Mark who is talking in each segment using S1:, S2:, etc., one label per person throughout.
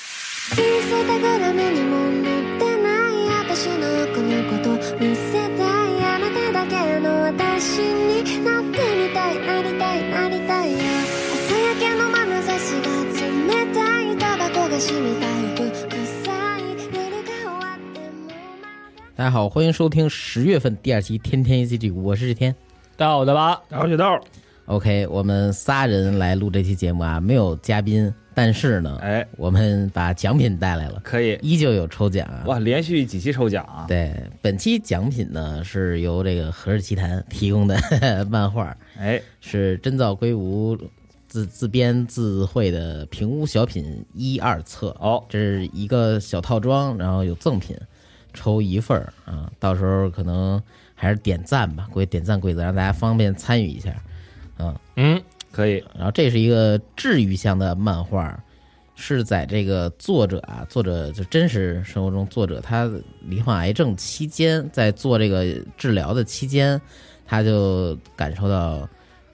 S1: 小さいグルメにも載ってない私のこのこと見せたいあなただけの私になってみたいなりたいなりたいよ朝焼けの眼差しが冷たいタバコが染みたいく臭い夜が終わっても
S2: 大家好，欢迎收听十月份第二期《天天 ACG》，我是天。
S3: 大家好，我大巴，
S4: 打雪道，
S2: OK，我们仨人来录这期节目啊，没有嘉宾，但是呢，
S3: 哎，
S2: 我们把奖品带来了，
S3: 可以
S2: 依旧有抽奖啊。
S3: 哇，连续几期抽奖啊，
S2: 对，本期奖品呢是由这个《何氏奇谈》提供的 漫画，
S3: 哎，
S2: 是真造圭吾自自编自绘的《平屋小品》一二册。
S3: 哦，
S2: 这是一个小套装，然后有赠品，抽一份儿啊。到时候可能还是点赞吧，估计点赞规则让大家方便参与一下。
S3: 嗯，可以，
S2: 然后这是一个治愈向的漫画，是在这个作者啊，作者就真实生活中，作者他罹患癌症期间，在做这个治疗的期间，他就感受到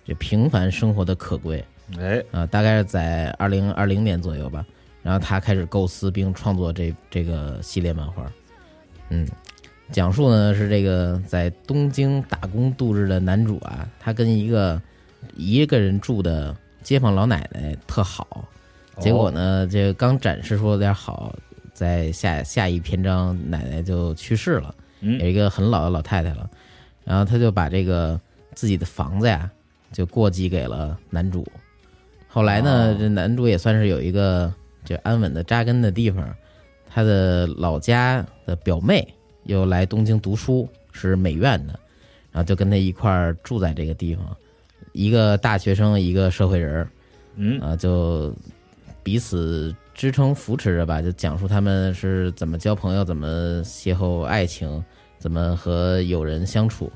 S2: 这平凡生活的可贵
S3: 哎，
S2: 啊、大概是在二零二零年左右吧。然后他开始构思并创作这这个系列漫画，嗯，讲述呢是这个在东京打工度日的男主啊，他跟一个一个人住的街坊老奶奶特好，嗯结
S3: 哦
S2: 果呢，这个刚展示出了点好，在下下一篇章奶奶就去世了，
S3: 嗯
S2: 有一个很老的老太太了，然后他就把这个自己的房子呀，就过继给了男主。后来呢，
S3: 哦
S2: 这男主也算是有一个就安稳的扎根的地方，他的老家的表妹又来东京读书，是美院的，然后就跟他一块儿住在这个地方，一个大学生，一个社会人儿。
S3: 嗯，
S2: 啊，就彼此支撑扶持着吧，就讲述他们是怎么交朋友，怎么邂逅爱情，怎么和友人相处，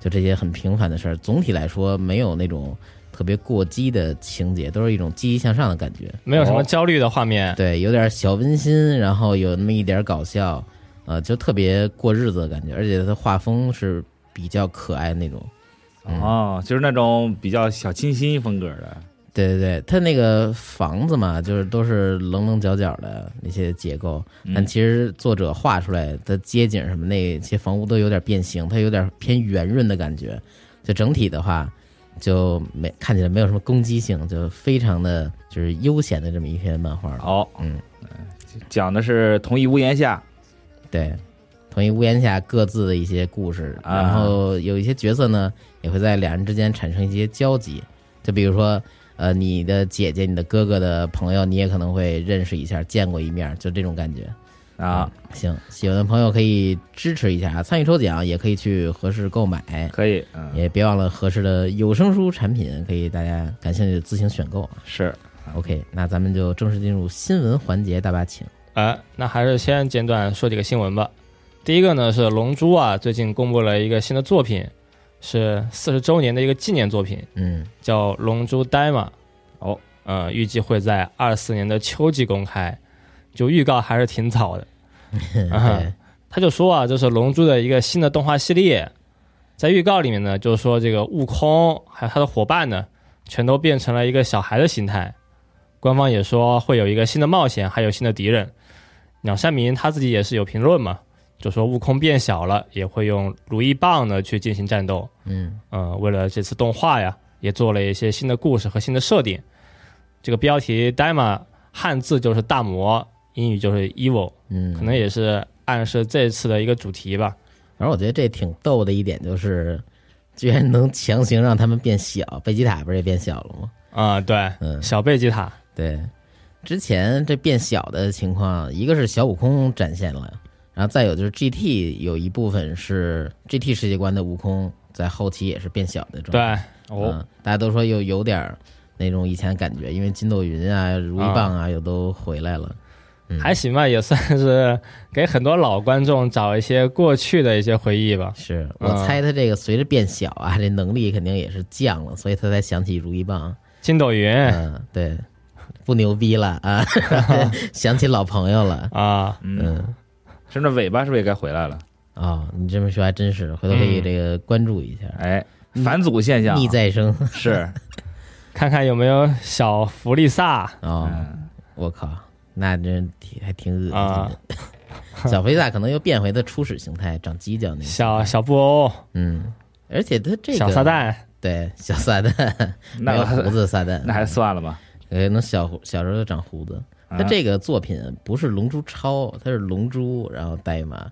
S2: 就这些很平凡的事儿。总体来说，没有那种特别过激的情节，都是一种积极向上的感觉。
S5: 没有什么焦虑的画面。
S2: 对，有点小温馨，然后有那么一点搞笑，呃，就特别过日子的感觉。而且它画风是比较可爱那种。嗯
S3: 哦，就是那种比较小清新风格的，
S2: 对对对，它那个房子嘛，就是都是棱棱角角的那些结构，但其实作者画出来的街景什么那些房屋都有点变形，它有点偏圆润的感觉。就整体的话，就没看起来没有什么攻击性，就非常的就是悠闲的这么一篇漫画。
S3: 好，
S2: 嗯
S3: 呃，讲的是同一屋檐下，
S2: 对，同一屋檐下各自的一些故事，
S3: 啊
S2: 然后有一些角色呢，也会在两人之间产生一些交集。就比如说，呃，你的姐姐、你的哥哥的朋友，你也可能会认识一下，见过一面，就这种感觉
S3: 啊，
S2: 嗯行，喜欢的朋友可以支持一下，参与抽奖，也可以去合适购买。
S3: 可以，嗯，
S2: 也别忘了合适的有声书产品，可以大家感兴趣自行选购啊。
S3: 是，
S2: OK，那咱们就正式进入新闻环节，大巴请。
S5: 哎，那还是先简短说几个新闻吧。第一个呢是《龙珠》啊，最近公布了一个新的作品，是四十周年的一个纪念作品，
S2: 嗯，
S5: 叫《龙珠 Daima》。
S3: 哦，
S5: 呃，预计会在二四年的秋季公开，就预告还是挺 早的。啊
S2: 对，
S5: 他就说啊，这是《龙珠》的一个新的动画系列。在预告里面呢，就是说这个悟空还有他的伙伴呢，全都变成了一个小孩的形态。官方也说会有一个新的冒险，还有新的敌人。鸟山明他自己也是有评论嘛，就说悟空变小了，也会用如意棒呢去进行战斗。
S2: 嗯
S5: 呃，为了这次动画呀，也做了一些新的故事和新的设定。这个标题 “Dima” 汉字就是大魔，英语就是 “evil”。
S2: 嗯，
S5: 可能也是暗示这次的一个主题吧。
S2: 反正我觉得这挺逗的一点就是，居然能强行让他们变小，贝吉塔不是也变小了吗？
S5: 啊、对，
S2: 嗯
S5: 小贝吉塔，
S2: 对，之前这变小的情况，一个是小悟空展现了，然后再有就是 GT 有一部分是 GT 世界观的悟空，在后期也是变小的状态。
S5: 对，
S3: 哦，
S2: 嗯，大家都说又有点儿那种以前的感觉，因为筋斗云啊、如意棒啊又都回来了。嗯
S5: 还行吧，也算是给很多老观众找一些过去的一些回忆吧。
S2: 是我
S5: 嗯
S2: 猜他这个随着变小啊，这能力肯定也是降了，所以他才想起如意棒。
S5: 筋斗云啊、
S2: 嗯，对，不牛逼了啊，想起老朋友了
S5: 啊
S3: 嗯，甚至尾巴是不是也该回来了？
S2: 啊、哦你这么说还真是，回头可以这个关注一下。
S3: 哎，返祖现象
S2: 嗯
S3: 啊
S2: 逆再生
S3: 是，
S5: 看看有没有小弗利萨。
S2: 哦，
S3: 嗯，
S2: 我靠，那真挺还挺恶心
S5: 啊
S2: 的。 小肥大可能又变回他初始形态，长犄角那个。
S5: 小小布偶、
S2: 嗯，而且他这个
S5: 小撒，旦，
S2: 对小撒旦，没有
S3: 那
S2: 胡子撒旦，
S3: 那还算了吧。
S2: 可能小胡小时候就长胡子。
S3: 啊
S2: 他这个作品不是《龙珠超》，它是《龙珠》，然后代码。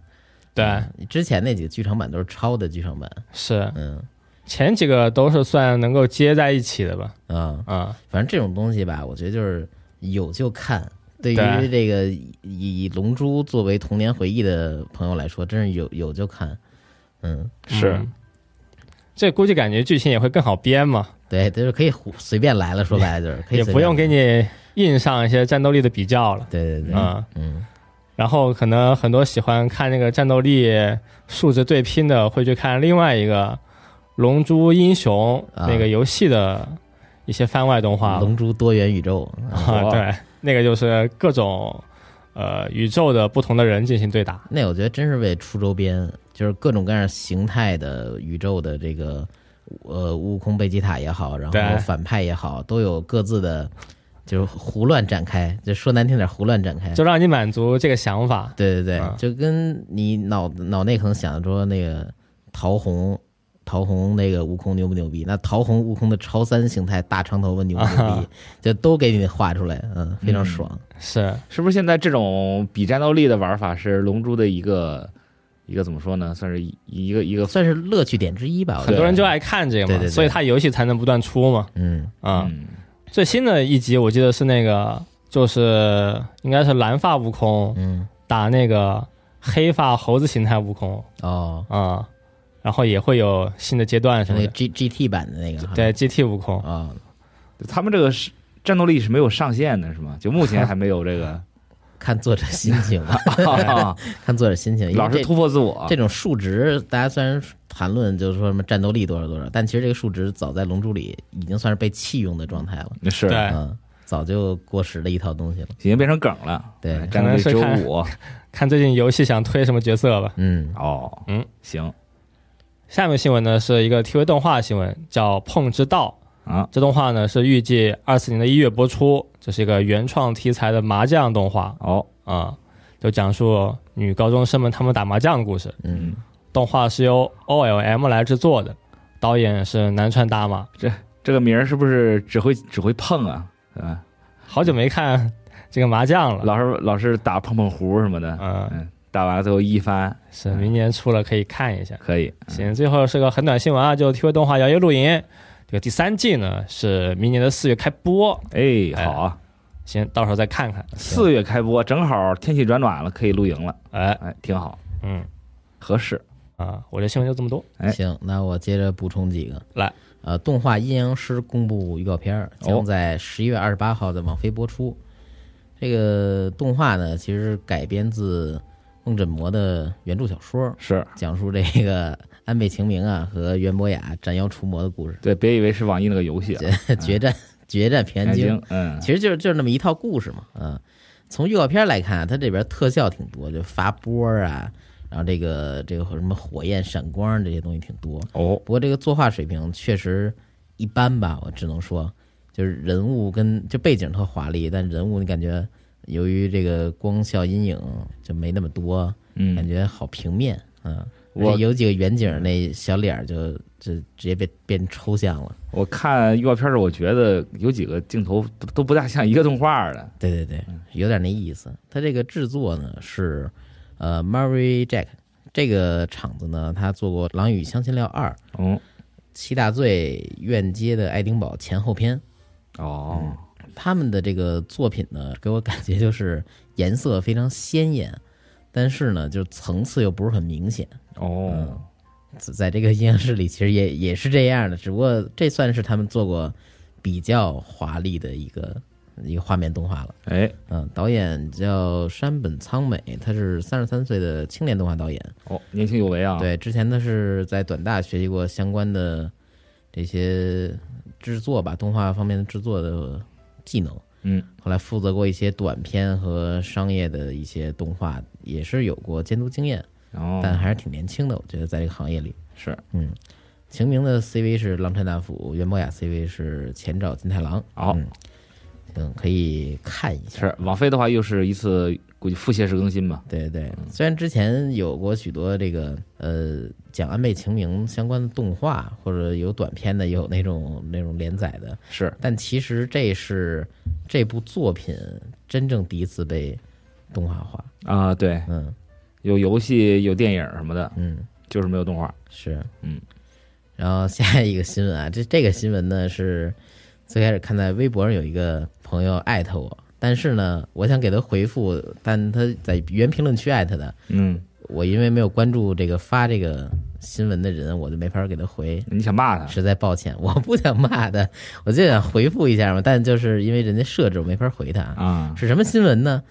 S5: 对，
S2: 嗯之前那几个剧场版都是超的剧场版。
S5: 是
S2: 嗯
S5: 前几个都是算能够接在一起的吧？
S2: 啊，
S5: 啊、
S2: 反正这种东西吧，我觉得就是有就看。对于
S5: 对
S2: 这个以以《龙珠》作为童年回忆的朋友来说，真是有有就看。嗯，
S3: 是
S5: 嗯这估计感觉剧情也会更好编嘛，
S2: 对，就是可以胡随便来了，说白了就是可以
S5: 也
S2: 随便
S5: 不用给
S2: 来。
S5: 你印上一些战斗力的比较了。
S2: 对对对，
S5: 嗯，
S2: 嗯
S5: 然后可能很多喜欢看那个战斗力数值对拼的，会去看另外一个《龙珠英雄》
S2: 啊
S5: 那个游戏的一些番外动画
S2: 龙珠多元宇宙，
S5: 啊，
S3: 哇
S5: 对，那个就是各种呃宇宙的不同的人进行对打，
S2: 那我觉得真是为出周边，就是各种各样形态的宇宙的这个呃悟空、贝吉塔也好，然
S5: 对
S2: 后反派也好，都有各自的就是胡乱展开，就说难听点，胡乱展开。
S5: 就让你满足这个想法。
S2: 对对对，
S5: 嗯
S2: 就跟你脑脑内可能想说那个桃红。桃红那个悟空牛不牛逼？那桃红悟空的超三形态大长头发牛不牛逼？
S5: 啊
S2: 就都给你画出来，嗯，非常爽。
S5: 是，
S3: 是不是现在这种比战斗力的玩法是龙珠的一个一个怎么说呢？算是一一个一个
S2: 算是乐趣点之一吧。我觉
S5: 很
S2: 得
S5: 多人就爱看这个嘛，
S2: 对对对
S5: 所以它游戏才能不断出嘛。
S2: 嗯
S5: 啊、
S3: 嗯
S5: 最新的一集我记得是那个，就是应该是蓝发悟空
S2: 嗯
S5: 打那个黑发猴子形态悟空
S2: 哦，
S5: 啊、然后也会有新的阶段
S2: 是
S5: 什
S2: 那个
S5: 么的。
S2: G G T 版的那个哈，
S5: 对 GT 悟空，
S2: 啊，
S3: 他们这个是战斗力是没有上限的，是吗？就目前还没有这个，
S2: 看作者心情吧，
S3: 啊
S2: 看作者心情。因为
S3: 老是
S2: 这
S3: 突破自我
S2: 这。种数值，大家虽然谈论就是说什么战斗力多少多少，但其实这个数值早在《龙珠》里已经算是被弃用的状态了，
S3: 是
S5: 对
S2: 嗯，早就过时的一套东西了。
S3: 已经变成梗了。
S2: 对
S3: 哎战斗力只有
S5: 可能是
S3: 五。
S5: 看最近游戏想推什么角色吧。
S2: 嗯，
S3: 哦，
S5: 嗯，
S3: 行
S5: 下面新闻呢是一个 TV 动画新闻，叫《碰之道》。
S3: 啊，
S5: 这动画呢是预计二四年的一月播出，这是一个原创题材的麻将动画
S3: 哦，
S5: 啊、就讲述女高中生们她们打麻将的故事。
S2: 嗯，
S5: 动画是由 OLM 来制作的，导演是南川大马。
S3: 这个名儿是不是只会只会碰啊？对吧？
S5: 好久没看这个麻将了，
S3: 老是老是打碰碰胡什么的，
S5: 嗯，
S3: 嗯，打完了最后一翻
S5: 是明年出了可以看一下。
S3: 可以。
S5: 行，最后是个很短新闻啊，就 TV 动画《摇曳露营》这个第三季呢是明年的四月开播，
S3: 哎，好啊，
S5: 行，到时候再看看。
S3: 四月开播，正好天气转暖了，可以露营了，
S5: 哎，
S3: 哎，挺好，
S5: 嗯
S3: 合适。
S5: 啊，我这新闻就这么多。
S3: 哎
S2: 行，那我接着补充几个
S5: 来。
S2: 呃，动画《阴阳师》公布预告片儿，
S3: 哦
S2: 将在十一月二十八号在网飞播出。这个动画呢，其实改编自梦枕魔的原著小说，
S3: 是
S2: 讲述这个安倍晴明啊和袁博雅斩妖除魔的故事，
S3: 对，别以为是网易那个游戏啊，
S2: 决战决战平安
S3: 南
S2: 京
S3: 京，，嗯，
S2: 其实就是就是那么一套故事嘛，嗯。从预告片来看啊，它这边特效挺多，就发波儿啊，然后这个这个什么火焰、闪光这些东西挺多。
S3: 哦，
S2: 不过这个作画水平确实一般吧，我只能说，就是人物跟就背景特华丽，但人物你感觉由于这个光效阴影就没那么多，感
S3: 嗯，
S2: 觉好平面，嗯，
S3: 我
S2: 而且有几个远景那小脸儿就就直接变变抽象了，
S3: 我看预告片儿，我觉得有几个镜头都都不大像一个动画的，
S2: 对对对，
S3: 嗯
S2: 有点那意思。它这个制作呢是呃 Murray Jack 这个厂子呢，他做过《狼与香辛料二》《
S3: 嗯，
S2: 七大罪》《愿街的爱丁堡》前后篇，嗯
S3: 哦，
S2: 他们的这个作品呢，给我感觉就是颜色非常鲜艳，但是呢，就是层次又不是很明显。嗯
S3: 哦，
S2: 在在这个阴阳师里，其实也也是这样的，只不过这算是他们做过比较华丽的一个一个画面动画了。
S3: 哎，
S2: 嗯，导演叫山本苍美，他是三十三岁的青年动画导演。
S3: 哦，年轻有为啊，，
S2: 对，之前他是在短大学习过相关的这些制作吧，动画方面的制作的技能。
S3: 嗯，
S2: 后来负责过一些短片和商业的一些动画，也是有过监督经验，
S3: 哦，
S2: 但还是挺年轻的。我觉得在这个行业里，嗯
S3: 是
S2: 秦明的 CV 是郎川大辅，袁博雅 CV 是前沼金太郎。
S3: 好
S2: 嗯嗯，可以看一下。
S3: 是网飞的话，又是一次估计腹泻式更新吧。
S2: 对对，虽然之前有过许多这个呃讲安倍晴明相关的动画，或者有短片的，也有那种那种连载的，
S3: 是
S2: 但其实这是这部作品真正第一次被动画化。
S3: 啊、对，
S2: 嗯
S3: 有游戏，有电影什么的，
S2: 嗯，
S3: 就是没有动画。
S2: 是
S3: 嗯。
S2: 然后下一个新闻啊，这这个新闻呢是最开始看在微博上有一个朋友艾特我，但是呢，我想给他回复，但他在原评论区艾特的，
S3: 嗯，
S2: 我因为没有关注这个发这个新闻的人，我就没法给他回，
S3: 你想骂他？
S2: 实在抱歉，我不想骂他，我就想回复一下嘛，但就是因为人家设置，我没法回他。
S3: 啊，
S2: 是什么新闻呢？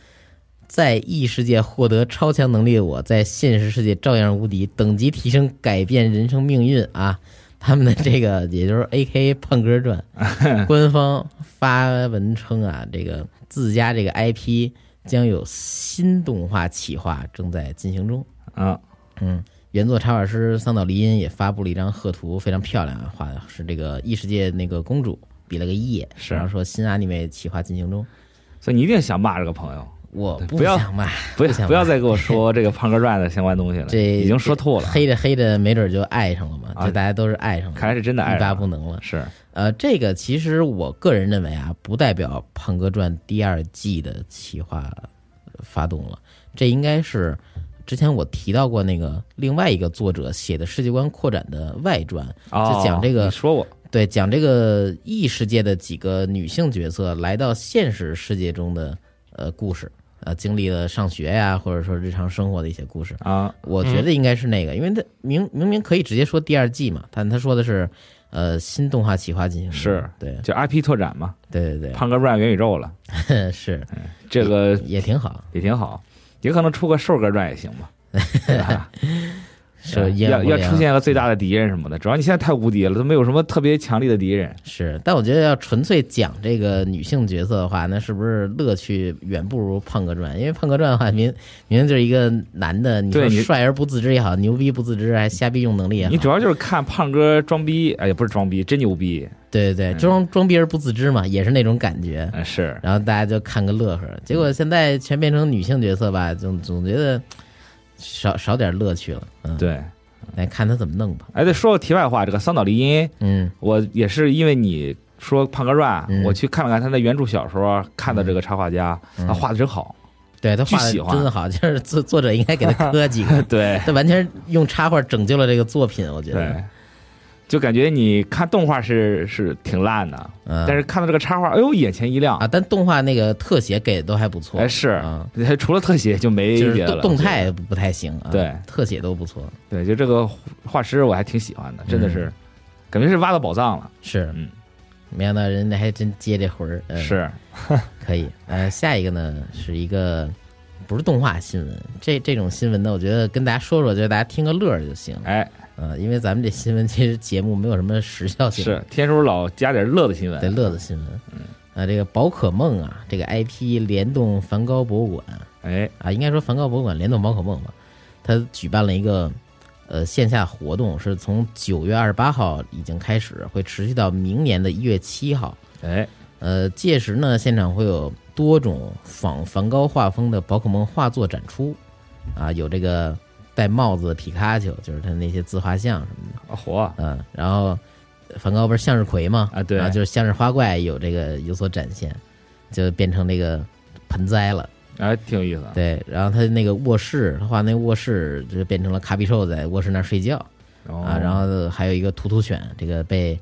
S2: 在异世界获得超强能力的我，在现实世界照样无敌，等级提升改变人生命运啊！他们的这个 也就是 A K 胖哥 传，官方发文称啊，这个自家这个 I P 将有新动画企划正在进行中。
S3: 啊，
S2: 嗯，原作插画师桑岛梨音也发布了一张贺图，非常漂亮啊，画的是这个异世界那个公主，比了个耶，
S3: 是
S2: 然后说新 anime 企划进行中。
S3: 所以你一定想骂这个朋友，
S2: 我
S3: 对
S2: 不
S3: 不要
S2: 想骂，
S3: 不要
S2: 想
S3: 不要
S2: 骂
S3: 再给我说这个胖哥传的相关东西了，
S2: 这
S3: 已经说吐了。
S2: 黑着黑着，没准就爱上了嘛，
S3: 啊
S2: 就大家都是爱上了，
S3: 看来是真的爱
S2: 欲罢
S3: 上了
S2: 不能了。
S3: 是
S2: 呃，这个其实我个人认为啊，不代表《胖哥传》第二季的企划呃发动了，这应该是之前我提到过那个另外一个作者写的世界观扩展的外传，
S3: 哦
S2: 就讲这个
S3: 你说我
S2: 对，讲这个异世界的几个女性角色来到现实世界中的呃故事，呃，经历了上学呀、或者说日常生活的一些故事。
S3: 啊，
S2: 我觉得应该是那个，因为他明明明可以直接说第二季嘛，但他说的是，呃，新动画企划进行中
S3: 是
S2: 对
S3: 就 IP 拓展嘛，
S2: 对对
S3: 胖哥传元宇宙了，
S2: 对，是
S3: 这个
S2: 也挺好，
S3: 也挺好，也可能出个瘦哥传也行嘛。对 吧
S2: 是阴阳
S3: 要
S2: 不
S3: 要
S2: 良
S3: 出现个最大的敌人什么的，主要你现在太无敌了，都没有什么特别强力的敌人。
S2: 是，但我觉得要纯粹讲这个女性角色的话，那是不是乐趣远不如《胖哥传》？因为《胖哥传》的话，明明明就是一个男的，你说
S3: 对你
S2: 帅而不自知也好，牛逼不自知，还瞎逼用能力也好，
S3: 你主要就是看胖哥装逼，哎，也不是装逼，真牛逼，
S2: 对对对，装装逼而不自知嘛，也是那种感觉。
S3: 嗯，是
S2: 然后大家就看个乐呵，结果现在全变成女性角色吧，总总觉得少少点乐趣了。嗯，
S3: 对。
S2: 来看他怎么弄吧。
S3: 哎，对，说个题外话，这个桑岛利音，
S2: 嗯
S3: 我也是因为你说胖哥传，
S2: 嗯
S3: 我去看了看他的原著小说，看到这个插画家，啊，画的 真好，
S2: 对他画的
S3: 巨喜欢。
S2: 真好，就是作作者应该给他磕几个
S3: 对
S2: 这完全是用插画拯救了这个作品，我觉得。
S3: 对，就感觉你看动画是是挺烂的，
S2: 嗯
S3: 但是看到这个插画，哎呦，眼前一亮
S2: 啊，，但动画那个特写给的都还不错，
S3: 哎是
S2: 啊，，
S3: 还 除了特写就没
S2: 就是
S3: 别的
S2: 动
S3: 了，
S2: 动态不不太行啊，
S3: 对
S2: 特写都不错，
S3: 对，就这个画师我还挺喜欢的，真的
S2: 嗯
S3: 是，感觉是挖到宝藏了，
S2: 是，
S3: 嗯
S2: 没想到人家还真接这魂儿，嗯、
S3: 是
S2: 可以。呃，下一个呢是一个不是动画新闻，这这种新闻呢，我觉得跟大家说说，就大家听个乐儿就行，
S3: 哎
S2: 呃，因为咱们这新闻其实节目没有什么时效性，
S3: 是天叔老加点乐的新
S2: 对
S3: 闻，
S2: 乐子新闻，嗯，啊，这个宝可梦啊，这个 IP 联动梵高博物馆，
S3: 哎
S2: 啊，应该说梵高博物馆联动宝可梦吧，它举办了一个呃线下活动，是从九月二十八号已经开始，会持续到明年的一月七号。
S3: 哎
S2: 呃，届时呢，现场会有多种仿梵高画风的宝可梦画作展出，啊，有这个戴帽子的皮卡丘，就是他那些自画像什么
S3: 啊火
S2: 的，嗯，然后梵高不是向日葵吗？
S3: 啊对
S2: 然后就是向日花怪有这个有所展现，就变成这个盆栽了。
S3: 哎挺有意思啊，
S2: 对，然后他那个卧室，他画那卧室就变成了卡比兽在卧室那儿睡觉、
S3: 哦
S2: 啊，然后还有一个图图犬，这个被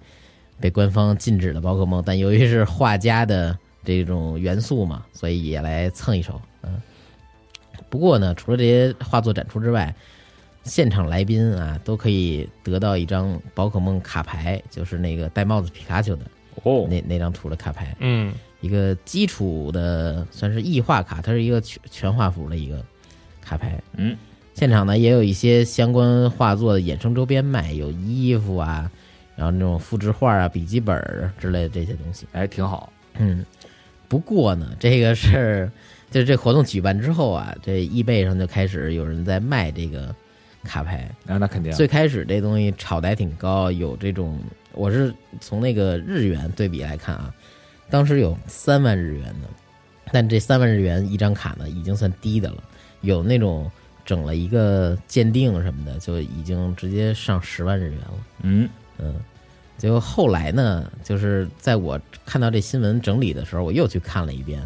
S2: 被官方禁止的宝可梦，但由于是画家的这种元素嘛，所以也来蹭一手。嗯，不过呢，除了这些画作展出之外，现场来宾啊都可以得到一张宝可梦卡牌，就是那个戴帽子皮卡丘的
S3: 哦
S2: 那那张图的卡牌。
S5: 嗯，
S2: 一个基础的算是异画卡，它是一个全全画幅的一个卡牌。
S3: 嗯，
S2: 现场呢也有一些相关画作的衍生周边卖，有衣服啊，然后那种复制画啊、笔记本儿之类的这些东西。
S3: 哎挺好，
S2: 嗯，不过呢，这个是就是这活动举办之后啊，这易贝上就开始有人在卖这个卡牌。
S3: 啊那肯定
S2: 最开始这东西炒得还挺高，有这种我是从那个日元对比来看啊，当时有三万日元的，但这三万日元一张卡呢，已经算低的了。有那种整了一个鉴定什么的，就已经直接上十万日元了。
S3: 嗯
S2: 嗯，结果后来呢，就是在我看到这新闻整理的时候，我又去看了一遍，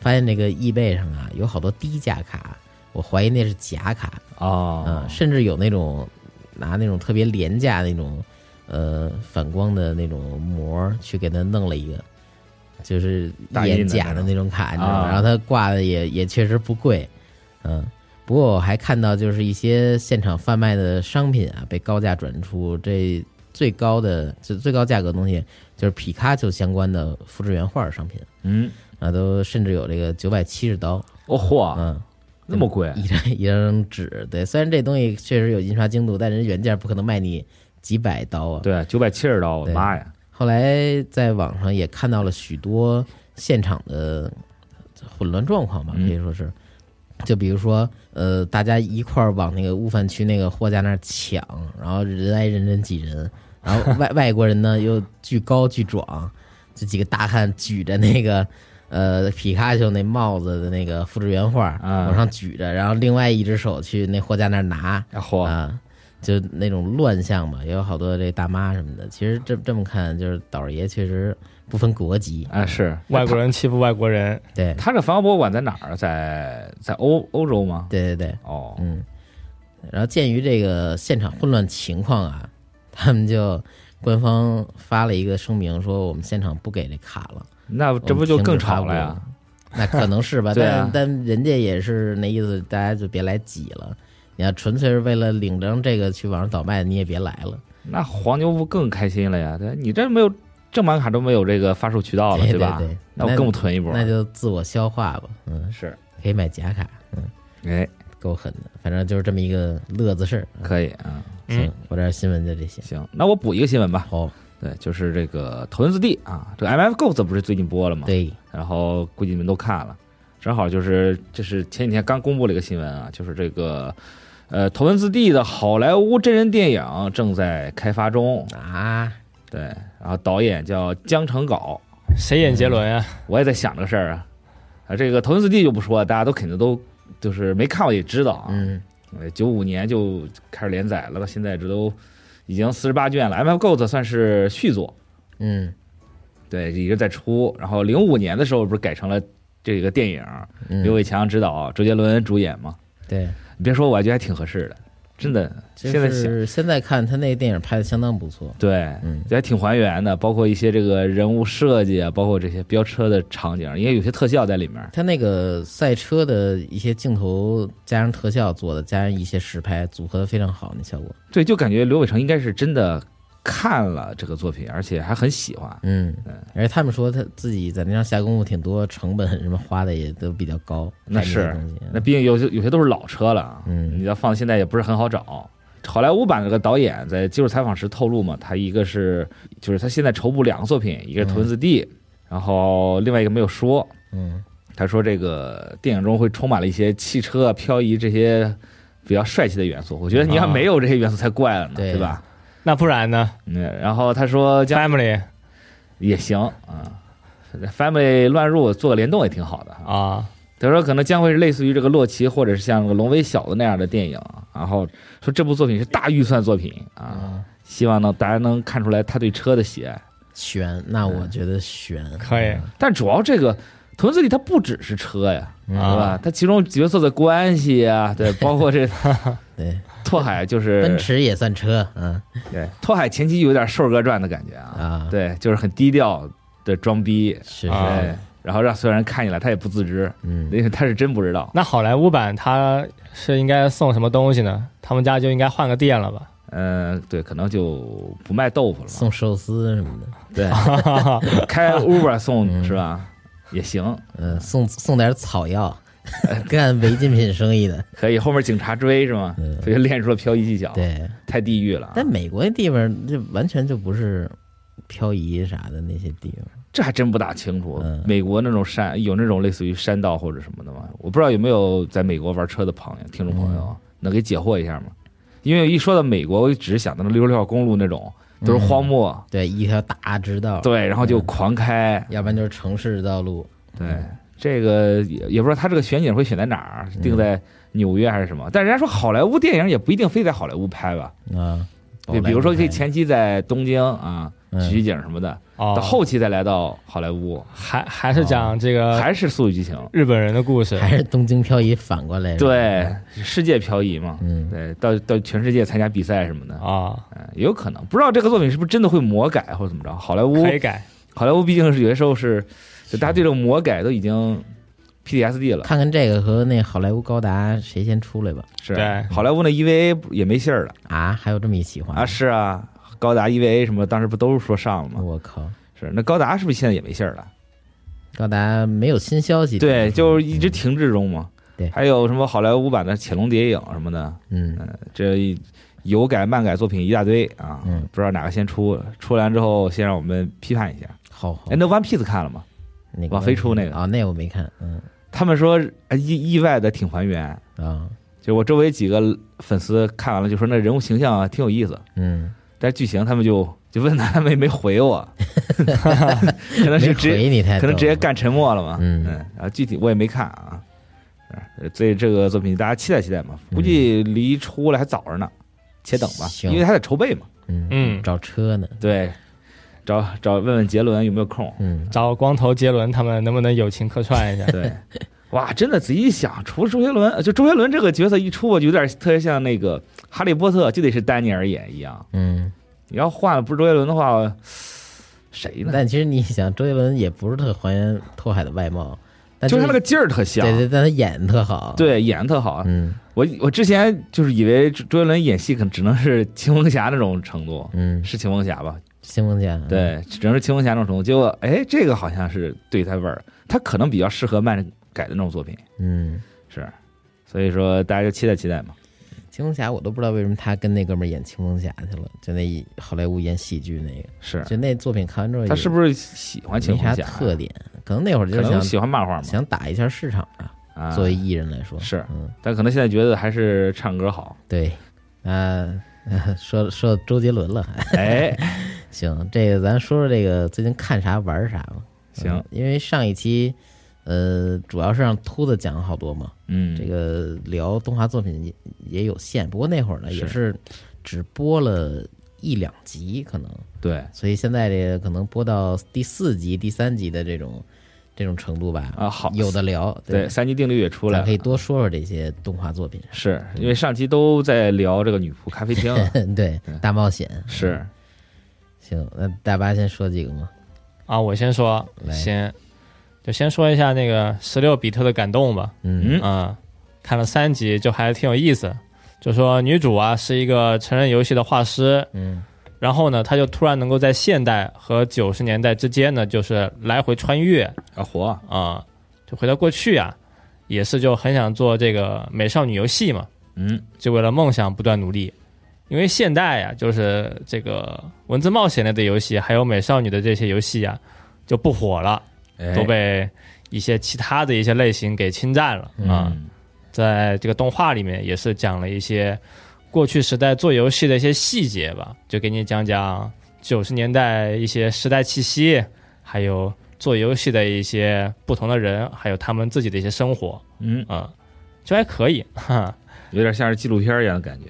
S2: 发现这个易贝上啊有好多低价卡，我怀疑那是假卡。
S3: 哦
S2: 嗯，，甚至有那种拿那种特别廉价那种呃反光的那种膜儿去给它弄了一个，就是
S3: 打印的
S2: 眼假
S3: 那
S2: 的
S3: 种
S2: 那种卡，你知道吗？
S3: 啊
S2: 然后它挂的也也确实不贵，嗯。不过我还看到，就是一些现场贩卖的商品啊，被高价转出。这最高的就最高价格的东西，就是皮卡丘相关的复制原画儿商品
S3: 嗯，
S2: 啊，都甚至有这个九百七十刀，
S3: 哦嚯，
S2: 嗯，
S3: 那么贵，
S2: 一张 一张纸，对，虽然这东西确实有印刷精度，但人原价不可能卖你几百刀啊。
S3: 对，九百七十刀，我
S2: 对啊
S3: 妈呀，
S2: 后来在网上也看到了许多现场的混乱状况吧，可
S3: 嗯
S2: 以说是，就比如说，呃，大家一块儿往那个悟饭区那个货架那儿抢，然后人挨人人挤人，然后外外国人呢又巨高巨壮，这几个大汉举着那个。 呃，皮卡丘那帽子的那个复制原画
S3: 啊
S2: 往上举着，然后另外一只手去那货架那儿拿，
S3: 啊嚯，
S2: 啊，就那种乱象嘛，也有好多这大妈什么的。其实这这么看，就是倒爷确实不分国籍，
S3: 啊是，
S5: 外国人欺负外国人，
S2: 对
S3: 他这梵高博物馆在哪儿？在在欧欧洲吗？
S2: 对对对，
S3: 哦，
S2: 嗯。然后鉴于这个现场混乱情况啊，他们就官方发了一个声明，说我们现场不给这卡了，
S3: 那这不就更
S2: 我
S3: 吵了
S2: 们停止
S3: 呀
S2: 发？布？那可能是 吧，
S3: 对啊
S2: 但但人家也是那意思，大家就别来挤了。你要纯粹是为了领张这个去网上倒卖，你也别来了。
S3: 那黄牛不更开心了呀？对，你这没有正版卡都没有这个发售渠道了，
S2: 对
S3: 吧
S2: 对对？
S3: 那我
S2: 那
S3: 更不囤一波。
S2: 那就自我消化吧，嗯，
S3: 是，
S2: 可以买假卡，嗯，
S3: 哎，
S2: 够狠的，反正就是这么一个乐子事儿。
S3: 可以啊，
S5: 嗯
S2: 行，我这儿新闻就这些。
S3: 行，那我补一个新闻吧。
S2: 好，
S3: 对，就是这个头文字 D 啊，这个 MF Ghost 不是最近播了吗？，
S2: 对，
S3: 然后估计你们都看了，正好就是这是前几天刚公布了一个新闻啊，就是这个呃头文字 D 的好莱坞真人电影正在开发中，
S2: 啊，
S3: 对，然后导演叫江成镐，
S5: 谁演杰伦啊呀？
S3: 我也在想这个事儿啊，啊，这个头文字 D 就不说了，大家都肯定都就是没看过也知道啊，
S2: 嗯，
S3: 九五年就开始连载了，到现在这都已经四十八卷了，MF Ghost 算是续作，
S2: 嗯，
S3: 对，一直在出。然后零五年的时候不是改成了这个电影，
S2: 嗯
S3: 刘伟强执导，啊周杰伦主演嘛。
S2: 对，
S3: 你别说，我还觉得还挺合适的，真的。
S2: 嗯就
S3: 现在想
S2: 是现在看他那个电影拍的相当不错，
S3: 对，
S2: 嗯
S3: 还挺还原的，包括一些这个人物设计啊，包括这些飙车的场景，因为有些特效在里面。
S2: 他那个赛车的一些镜头加上特效做的，加上一些实拍组合的非常好，那效果，
S3: 对，就感觉刘伟成应该是真的看了这个作品，而且还很喜欢。
S2: 嗯，而且他们说他自己在那上下功夫挺多，成本什么花的也都比较高，
S3: 那
S2: 拍这些
S3: 是
S2: 东西，
S3: 那毕竟有些有些都是老车了啊，
S2: 嗯
S3: 你要放现在也不是很好找。好莱坞版的这个导演在接受采访时透露嘛，他一个是就是他现在筹部两个作品，一个是《头文字 D》，然后另外一个没有说。
S2: 嗯
S3: 他说这个电影中会充满了一些汽车啊、漂移这些比较帅气的元素。我觉得你要
S5: 啊
S3: 没有这些元素才怪了呢，
S2: 对
S3: 对吧？
S5: 那不然呢
S3: 嗯，然后他说将
S5: ？Family
S3: 也行啊。Family 乱入做个联动也挺好的啊，
S5: 啊，
S3: 他说可能将会是类似于这个洛奇或者是像个龙威小子那样的电影，然后说这部作品是大预算作品啊，
S2: 啊，
S3: 希望能大家能看出来他对车的喜爱。
S2: 悬，那
S3: 嗯
S2: 我觉得悬，
S5: 可以
S3: 但主要这个《头文字 D》它不只是车呀，
S2: 嗯
S3: 对吧
S5: 啊？
S3: 它其中角色的关系啊， 对，包括这
S2: 对，
S3: 拓海就是
S2: 奔驰也算车，嗯
S3: 对拓海前期有点瘦哥传的感觉啊，
S2: 啊，
S3: 对，就是很低调的装逼，
S2: 是
S5: 啊
S2: 是，
S3: 对，然后让所有人看起来他也不自知，
S2: 嗯，
S3: 因为他是真不知道。
S5: 那好莱坞版他是应该送什么东西呢？他们家就应该换个店了吧？
S3: 嗯，对，可能就不卖豆腐了吧。
S2: 送寿司什么的，
S3: 对，开 Uber 送是吧？也行，
S2: 嗯，送送点草药， 干违禁品生意的，
S3: 可以。后面警察追是吗？
S2: 嗯
S3: 所以就练出了漂移技巧，
S2: 对。
S3: 太地狱了啊。
S2: 但美国那地方这完全就不是漂移啥的那些地方，
S3: 这还真不大清楚
S2: 嗯。
S3: 美国那种山有那种类似于山道或者什么的吗？我不知道有没有在美国玩车的朋友、
S2: 嗯
S3: 听众朋友能给解惑一下吗？因为一说到美国，我只是想到那六十六号公路那种都
S2: 嗯
S3: 是荒漠，
S2: 对，一条大直道，
S3: 对，然后就狂开，
S2: 要不然就是城市道路，
S3: 对，
S5: 嗯
S3: 这个也也不知道他这个选景会选在哪儿，定在纽约还是什么？但人家说好莱坞电影也不一定非在好莱坞拍吧，
S2: 啊，
S3: 对，比如说可以
S2: 前
S3: 前期在东京啊取景什么的，
S5: 嗯哦
S3: 到，后期再来到好莱坞，
S5: 还还是讲这个
S3: 还是《速度与激情》。
S5: 日本人的故事，
S2: 还是东京漂移反过来，
S3: 对，世界漂移嘛，
S2: 嗯，
S3: 对，到到全世界参加比赛什么的，
S5: 啊，
S3: 嗯，也有可能。不知道这个作品是不是真的会魔改或者怎么着？好莱坞
S5: 可以改。
S3: 好莱坞毕竟是有些时候是，就大家对这种魔改都已经 PTSD 了，
S2: 看看这个和那好莱坞高达谁先出来吧。
S3: 是
S5: 对
S3: 好莱坞那 E EVA 也没信儿了
S2: 啊，还有这么一企划
S3: 啊，是啊，高达 EVA 什么当时不都是说上了吗？
S2: 我靠，
S3: 是，那高达是不是现在也没信儿了？
S2: 高达没有新消息。
S3: 对，就是一直停滞中嘛。
S2: 嗯对
S3: 还有什么好莱坞版的《潜龙谍影》什么的，
S2: 嗯，
S3: 这一有改漫改作品一大堆啊，
S2: 嗯
S3: 不知道哪个先出，出来之后先让我们批判一下。
S2: 好好
S3: 哎，，那 One Piece 看了吗？
S2: 那个
S3: 往飞出那个
S2: 啊，那我没看，嗯
S3: 他们说哎意意外的挺还原，
S2: 啊，
S3: 就我周围几个粉丝看完了就说那人物形象啊挺有意思，
S2: 嗯，
S3: 但是剧情他们就就问他们也没 回我， 可能
S2: 没
S3: 是直接
S2: 回你太
S3: 可能
S2: 逗
S3: 直接
S2: 哎了
S3: 干沉默了嘛。
S2: 嗯
S3: 然后具体我也没看啊，呃所以这个作品大家期待期待嘛，估计离出来还早着呢，且等吧，
S2: 嗯行
S3: 因为还得筹备嘛。
S2: 嗯
S5: 嗯
S2: 找车呢，
S3: 对，找找问问杰伦有没有空。
S2: 嗯，
S5: 找光头杰伦他们能不能友情客串 一下？
S3: 对，哇，真的仔细一想，除了周杰伦，呃就周杰伦这个角色一出，我就有点特别像那个《哈利波特》，就得是丹尼尔演一样。
S2: 嗯，
S3: 你要换了不是周杰伦的话，谁呢？
S2: 但其实你想，周杰伦也不是特还原拓海的外貌，但
S3: 就是他那
S2: 个
S3: 个劲儿特像
S2: 对，对，但他演的特好，，
S3: 对，演的特好。
S2: 嗯
S3: 我我之前就是以为周杰伦演戏可能只能是青龙侠那种程度，
S2: 嗯，
S3: 是青龙侠吧？
S2: 新闻家，
S3: 对，只能是青龙侠那种程度。结果哎，这个好像是对他味儿，他可能比较适合漫改的那种作品，
S2: 嗯，
S3: 是。所以说大家就期待期待嘛。
S2: 青龙侠我都不知道为什么他跟那哥们儿演青龙侠去了，就那一好莱坞演喜剧那个，
S3: 是
S2: 就那作品看完之后也，
S3: 他是不是喜欢青
S2: 没
S3: 龙
S2: 啥
S3: 侠？啊
S2: 特点？可能那会儿
S3: 可
S2: 就
S3: 能
S2: 想
S3: 喜欢漫画嘛。
S2: 想打一下市场啊，
S3: 啊，
S2: 作为艺人来说
S3: 是
S2: 嗯，
S3: 但可能现在觉得还是唱歌好。
S2: 对，啊、呃 说说到周杰伦了，还
S3: 哎，
S2: 行，这个咱说说这个最近看啥玩啥吧。嗯
S3: 行，
S2: 因为上一期，呃，主要是让秃子讲了好多嘛，
S3: 嗯，
S2: 这个聊动画作品也也有限，不过那会儿呢
S3: 是
S2: 也是只播了一两集可能，
S3: 对
S2: 所以现在这个可能播到第四集、第三集的这种这种程度吧，
S3: 啊，好，
S2: 有的聊，
S3: 对，三级定律也出来
S2: 咱
S3: 了
S2: 可以，多说说这些动画作品。
S3: 是因为上期都在聊这个女仆咖啡厅啊，
S2: 对，大冒险
S3: 是
S2: 行，那大巴先说几个嘛。
S5: 啊，我先说，
S2: 来
S5: 先就先说一下那个十六比特的感动吧。
S2: 嗯
S3: 嗯
S5: 嗯，看了三集就还挺有意思。就说女主啊是一个成人游戏的画师，
S2: 嗯
S5: 然后呢，她就突然能够在现代和九十年代之间呢，就是来回穿越
S3: 啊，活
S5: 啊、就回到过去啊，也是就很想做这个美少女游戏嘛，
S3: 嗯，
S5: 就为了梦想不断努力。因为现代呀、就是这个文字冒险类的游戏，还有美少女的这些游戏啊，就不火了，
S3: 哎
S5: 都被一些其他的一些类型给侵占了啊、
S3: 嗯
S5: 在这个动画里面也是讲了一些过去时代做游戏的一些细节吧，就给你讲讲九十年代一些时代气息，还有做游戏的一些不同的人，还有他们自己的一些生活
S3: 嗯，
S5: 啊、就还可以，哈，
S3: 有点像是纪录片一样的感觉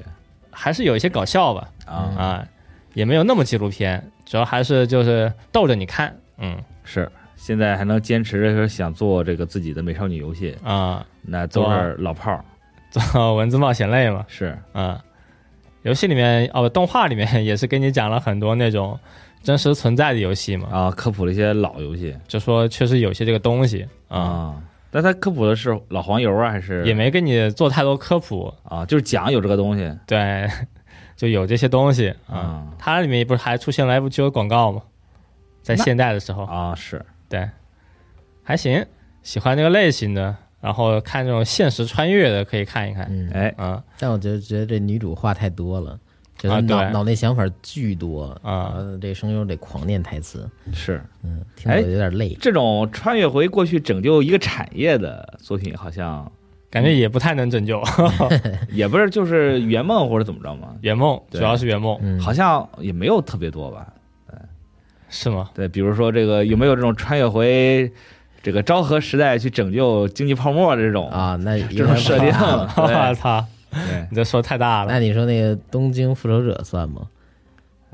S5: 还是有一些搞笑吧，
S3: 啊，
S5: 啊、也没有那么纪录片，主要还是就是逗着你看，嗯
S3: 是。现在还能坚持说想做这个自己的美少女游戏，
S5: 啊、
S3: 那都是老炮儿，
S5: 做文字冒险类嘛，
S3: 是
S5: 啊、游戏里面哦，动画里面也是给你讲了很多那种真实存在的游戏嘛，
S3: 啊，科普了一些老游戏
S5: 就说确实有些这个东西啊、
S3: 啊。但他科普的是老黄油啊，还是
S5: 也没给你做太多科普，
S3: 啊？就是讲有这个东西
S5: 对， 就有这些东西啊。
S3: 啊
S5: 它里面不是还出现了 F 九广告吗？在
S3: 那
S5: 现代的时候，
S3: 啊，是
S5: 对，还行，喜欢这个类型的，然后看这种现实穿越的可以看一看，
S2: 嗯，
S3: 哎，
S5: 嗯
S2: 但我就觉得这女主话太多了，就是
S5: 啊
S2: 脑、
S5: 对
S2: 脑内想法巨多
S5: 啊
S2: 然后这声优得狂念台词，
S3: 是
S2: 嗯，听得
S3: 哎
S2: 我有点累。
S3: 这种穿越回过去拯救一个产业的作品，好像
S5: 感觉也不太能拯救
S3: 嗯也不是就是圆梦或者怎么着嘛，
S5: 圆梦，
S3: 对
S5: 主要是圆梦，
S2: 嗯，
S3: 好像也没有特别多吧。
S5: 是吗？
S3: 对，比如说这个有没有这种穿越回这个昭和时代去拯救经济泡沫的这种？
S2: 啊，那
S3: 这种设定啊
S2: 有点复杂了
S5: 啊我操，
S3: 对，哎
S5: 你这说太大了，
S2: 那你说那个《东京复仇者》算吗？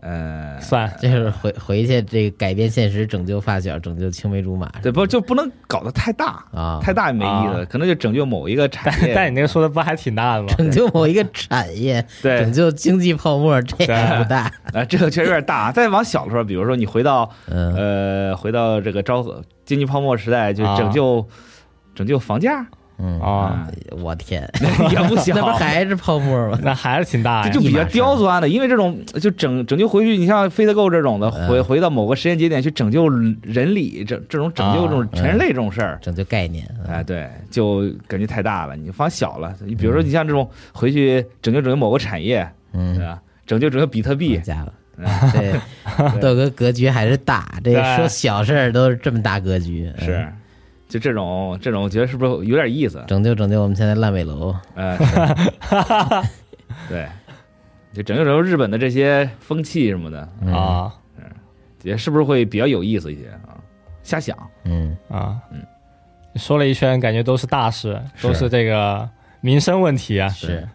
S3: 嗯，
S5: 算
S2: 就是回回去这个改变现实，拯救发小，拯救青梅竹马
S3: 对，不就不能搞得太大，
S2: 啊，
S3: 太大也没意思，
S5: 啊
S3: 可能就拯救某一个产业。
S5: 但你那个说的不还挺大的吗？
S2: 拯救某一个产业，
S3: 对
S2: 拯救经济泡沫，这还不大。
S3: 啊，这个确实有点大啊。再往小了说，比如说你回到
S2: 嗯，
S3: 呃，回到这个昭和经济泡沫时代，就
S5: 啊
S3: 拯救、拯救房价，
S2: 嗯
S5: 啊，
S2: 我天，
S3: 也不小
S2: 那。不还是泡沫吗？
S5: 那还是挺
S3: 嗯
S5: 大
S3: 这
S5: 呀
S3: 就。比
S2: 哎一码
S3: 较
S2: 事儿
S3: 刁钻的，因为这种就拯拯救回去，你像飞得够这种的，回
S2: 嗯
S3: 回到某个时间节点去拯救人理，这这种拯救
S2: 啊
S3: 这种全人类这种事儿，
S2: 拯救概念，
S3: 哎，对，就感觉太大了。你放小了，
S2: 嗯
S3: 你比如说你像这种回去拯救拯救某个产业，对
S2: 嗯，
S3: 吧？拯救拯救比特币
S2: 好，家伙
S3: 嗯，
S2: 对，豆哥格局还是大，这
S5: 对
S2: 说小事儿都是这么大格局，嗯
S3: 是，就这种这种，我觉得是不是有点意思？
S2: 拯救拯救我们现在烂尾楼，
S3: 呃，是对，就拯救拯救日本的这些风气什么的，
S2: 嗯
S5: 啊
S3: 也是不是会比较有意思一些啊？瞎想，
S2: 嗯，
S5: 啊
S3: 嗯，
S5: 说了一圈，感觉都是大事，
S3: 是
S5: 都是这个民生问题啊。
S2: 是，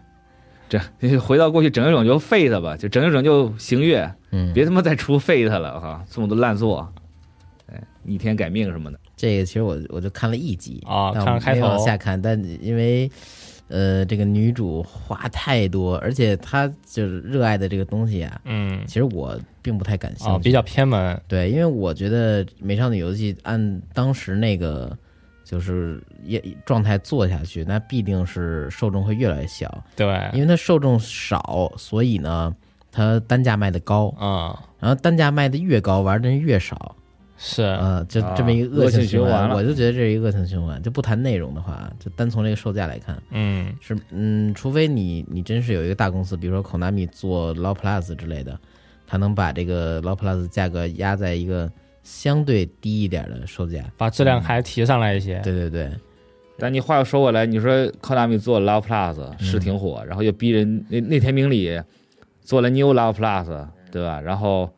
S3: 这回到过去拯救拯救废他吧，就拯救拯救行月，
S2: 嗯，
S3: 别他妈再出废他了哈，这么多烂作，哎，逆天改命什么的，
S2: 这个其实我我就看了一集
S5: 啊
S2: 但
S5: 看
S2: 我
S5: 了开
S2: 没往
S5: 头
S2: 下看，但因为呃，这个女主话太多，而且她就是热爱的这个东西啊，
S5: 嗯
S2: 其实我并不太感兴趣。
S5: 啊，比较偏门
S2: 对，因为我觉得《美少女游戏》按当时那个就是也状态做下去，那必定是受众会越来越小，因
S5: 对，
S2: 为它受众少，所以呢，它单价卖的高，
S5: 嗯
S2: 然后单价卖的越高，玩的人越少。
S5: 是
S2: 呃，就
S3: 啊
S2: 这么一个
S3: 恶
S2: 恶
S3: 性
S2: 性
S3: 循
S2: 循
S3: 环
S2: 环，
S3: 了
S2: 我就觉得这是一个恶性循环。就不谈内容的话，就单从这个售价来看，
S5: 嗯
S2: 是嗯，除非你你真是有一个大公司，比如说 Konami 做 Law Plus 之类的，它能把这个 Law Plus 价格压在一个相对低一点的售价。
S5: 把质
S3: 嗯
S5: 量还提上来一些。
S2: 对对对，
S3: 但你话又说回来，你说科纳米做 Love
S2: 嗯
S3: Plus 是挺火，然后又逼人那那田明里做了 New Love Plus，对吧？然后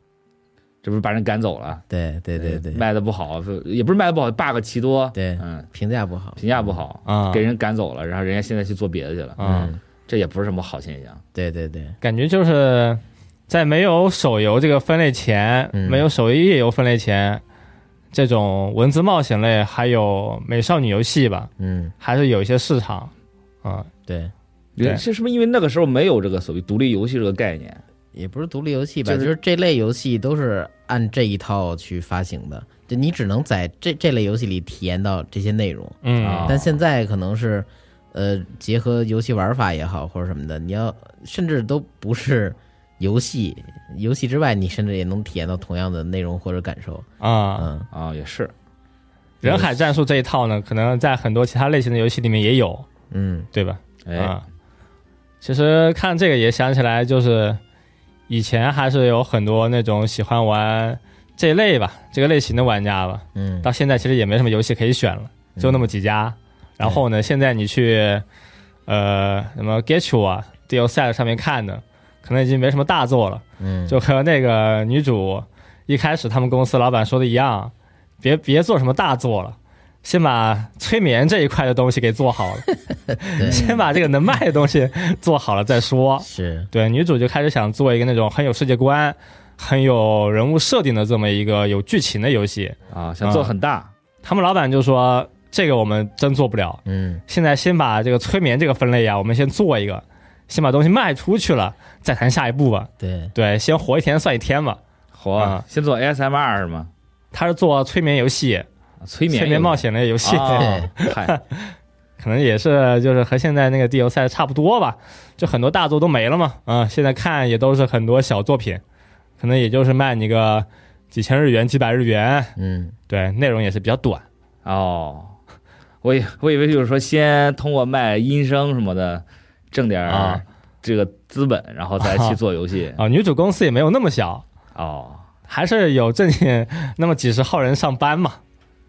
S3: 这不是把人赶走了？嗯
S2: 对对对对对，
S3: 卖的不好，也不是卖的不好，bug 奇多，
S2: 对
S3: 嗯，
S2: 评价不好，
S3: 评价不好，
S5: 啊
S3: 给人赶走了，然后人家现在去做别的去了，
S5: 啊，
S2: 嗯
S3: 这也不是什么好现象。
S2: 对对对，
S5: 感觉就是在没有手游这个分类前，
S2: 嗯
S5: 没有手游页游分类前，这种文字冒险类还有美少女游戏吧，
S2: 嗯
S5: 还是有一些市场。啊，
S2: 对，
S5: 对
S3: 这是不是因为那个时候没有这个所谓独立游戏这个概念？
S2: 也不是独立游戏吧，
S3: 就
S2: 就是是这类游戏都是按这一套去发行的，就你只能在这这类游戏里体验到这些内容。
S5: 嗯，
S3: 啊
S2: 但现在可能是，呃，结合游戏玩法也好，或者什么的，你要甚至都不是游戏，游戏之外，你甚至也能体验到同样的内容或者感受。
S5: 啊、
S2: 嗯，
S3: 啊，也是，
S5: 人海战术这一套呢，可能在很多其他类型的游戏里面也有，
S2: 嗯，
S5: 对吧？
S3: 哎，
S5: 啊，其实看这个也想起来，就是以前还是有很多那种喜欢玩这类吧，这个类型的玩家吧，
S2: 嗯，
S5: 到现在其实也没什么游戏可以选了，就那么几家。然后呢，现在你去呃什么 Getchu 啊、d l s e t 上面看的，可能已经没什么大作了。
S2: 嗯，
S5: 就和那个女主一开始他们公司老板说的一样，别别做什么大作了。先把催眠这一块的东西给做好了，
S2: 对，
S5: 先把这个能卖的东西做好了再说。
S2: 是，
S5: 对，女主就开始想做一个那种很有世界观、很有人物设定的这么一个有剧情的游戏。
S3: 啊，想做很大，
S5: 他们老板就说：“这个我们真做不了，
S2: 嗯，
S5: 现在先把这个催眠这个分类啊，我们先做一个，先把东西卖出去了，再谈下一步吧。
S2: 对，
S5: 对，先活一天算一天吧。
S3: 火
S5: 啊，
S3: 先做 ASMR 是吗？
S5: 他是做催眠游戏、
S3: 催眠，
S5: 催眠冒险类游戏，
S3: 啊，嗨，
S5: 可能也是就是和现在那个地游赛差不多吧，就很多大作都没了嘛。啊、现在看也都是很多小作品，可能也就是卖你个几千日元、几百日元，
S2: 嗯，
S5: 对，内容也是比较短。
S3: 哦，我以我以为就是说先通过卖音声什么的挣点
S5: 啊
S3: 儿这个资本，然后再 去做游戏。
S5: 啊、女主公司也没有那么小，
S3: 哦，
S5: 还是有正经那么几十号人上班嘛。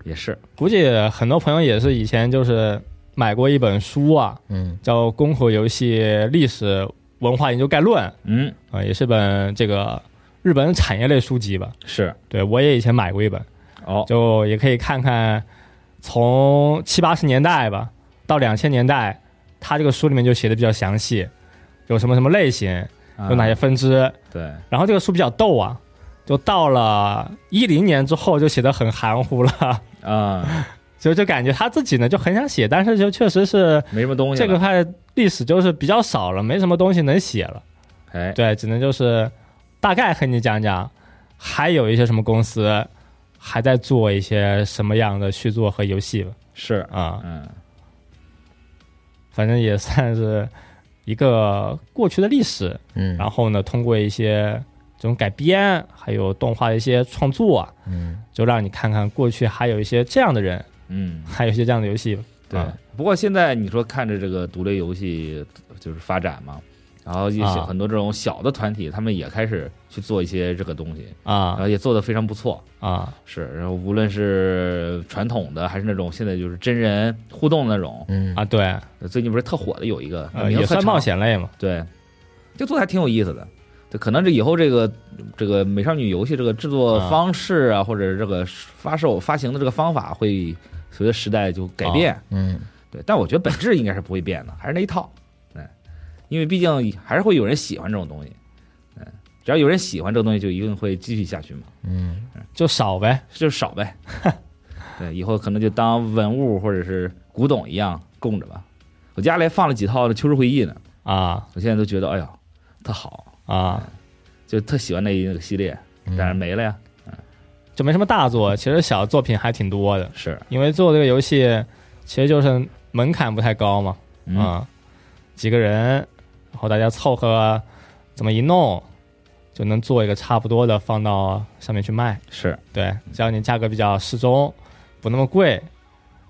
S3: 也是，
S5: 估计很多朋友也是以前就是买过一本书啊，
S2: 嗯
S5: 叫《宫口游戏历史文化研究概论》啊、
S3: 嗯，
S5: 也是本这个日本产业类书籍吧。
S3: 是
S5: 对我也以前买过一本，
S3: 哦，
S5: 就也可以看看从七八十年代吧到两千年代，它这个书里面就写的比较详细，有什么什么类型，
S3: 啊
S5: 有哪些分支。
S3: 对，
S5: 然后这个书比较逗啊，就到了一零年之后就写的很含糊了，
S3: 啊，
S5: 所以就感觉他自己呢就很想写，但是就确实是
S3: 没什么东西
S5: 这
S3: 了。
S5: 个块历史就是比较少了，没什么东西能写了。
S3: 哎，
S5: 对，只能就是大概和你讲讲，还有一些什么公司还在做一些什么样的续作和游戏吧。
S3: 是，
S5: 啊、
S3: 嗯，
S5: 反正也算是一个过去的历史。
S2: 嗯，
S5: 然后呢，通过一些这种改编，还有动画的一些创作啊，
S2: 嗯
S5: 就让你看看过去还有一些这样的人，
S3: 嗯，
S5: 还有一些这样的游戏。
S3: 对
S5: 啊。
S3: 不过现在你说看着这个独立游戏就是发展嘛，然后一些
S5: 啊
S3: 很多这种小的团体，他们也开始去做一些这个东西，然
S5: 啊
S3: 后也做得非常不错。
S5: 啊
S3: 是，然后无论是传统的还是那种现在就是真人互动的那种，
S2: 嗯
S5: 啊！对，
S3: 最近不是特火的有一个，
S5: 呃，
S3: 名字
S5: 也
S3: 特
S5: 算
S3: 长
S5: 冒，险类嘛。
S3: 对，这做的还挺有意思的。对，可能这以后这个这个美少女游戏这个制作
S5: 啊
S3: 方式啊，或者这个发售发行的这个方法会随着时代就改变。
S5: 啊
S2: 嗯
S3: 对，但我觉得本质应该是不会变的，还是那一套，哎，因为毕竟还是会有人喜欢这种东西，嗯，只要有人喜欢这个东西，就一定会继续下去嘛，
S2: 嗯
S5: 就少呗，
S3: 就是少呗， 对，以后可能就当文物或者是古董一样供着吧。我家里还放了几套的《秋日回忆》呢，
S5: 啊
S3: 我现在都觉得，哎呀，特好，
S5: 啊，
S3: 就特喜欢那一那个系列，
S2: 嗯，
S3: 但是没了呀，
S5: 就没什么大作，其实小作品还挺多的，
S3: 是，
S5: 因为做这个游戏其实就是门槛不太高嘛，
S3: 嗯，
S5: 啊，几个人，然后大家凑合这么一弄，就能做一个差不多的放到上面去卖。
S3: 是，
S5: 对，只要你价格比较适中，不那么贵，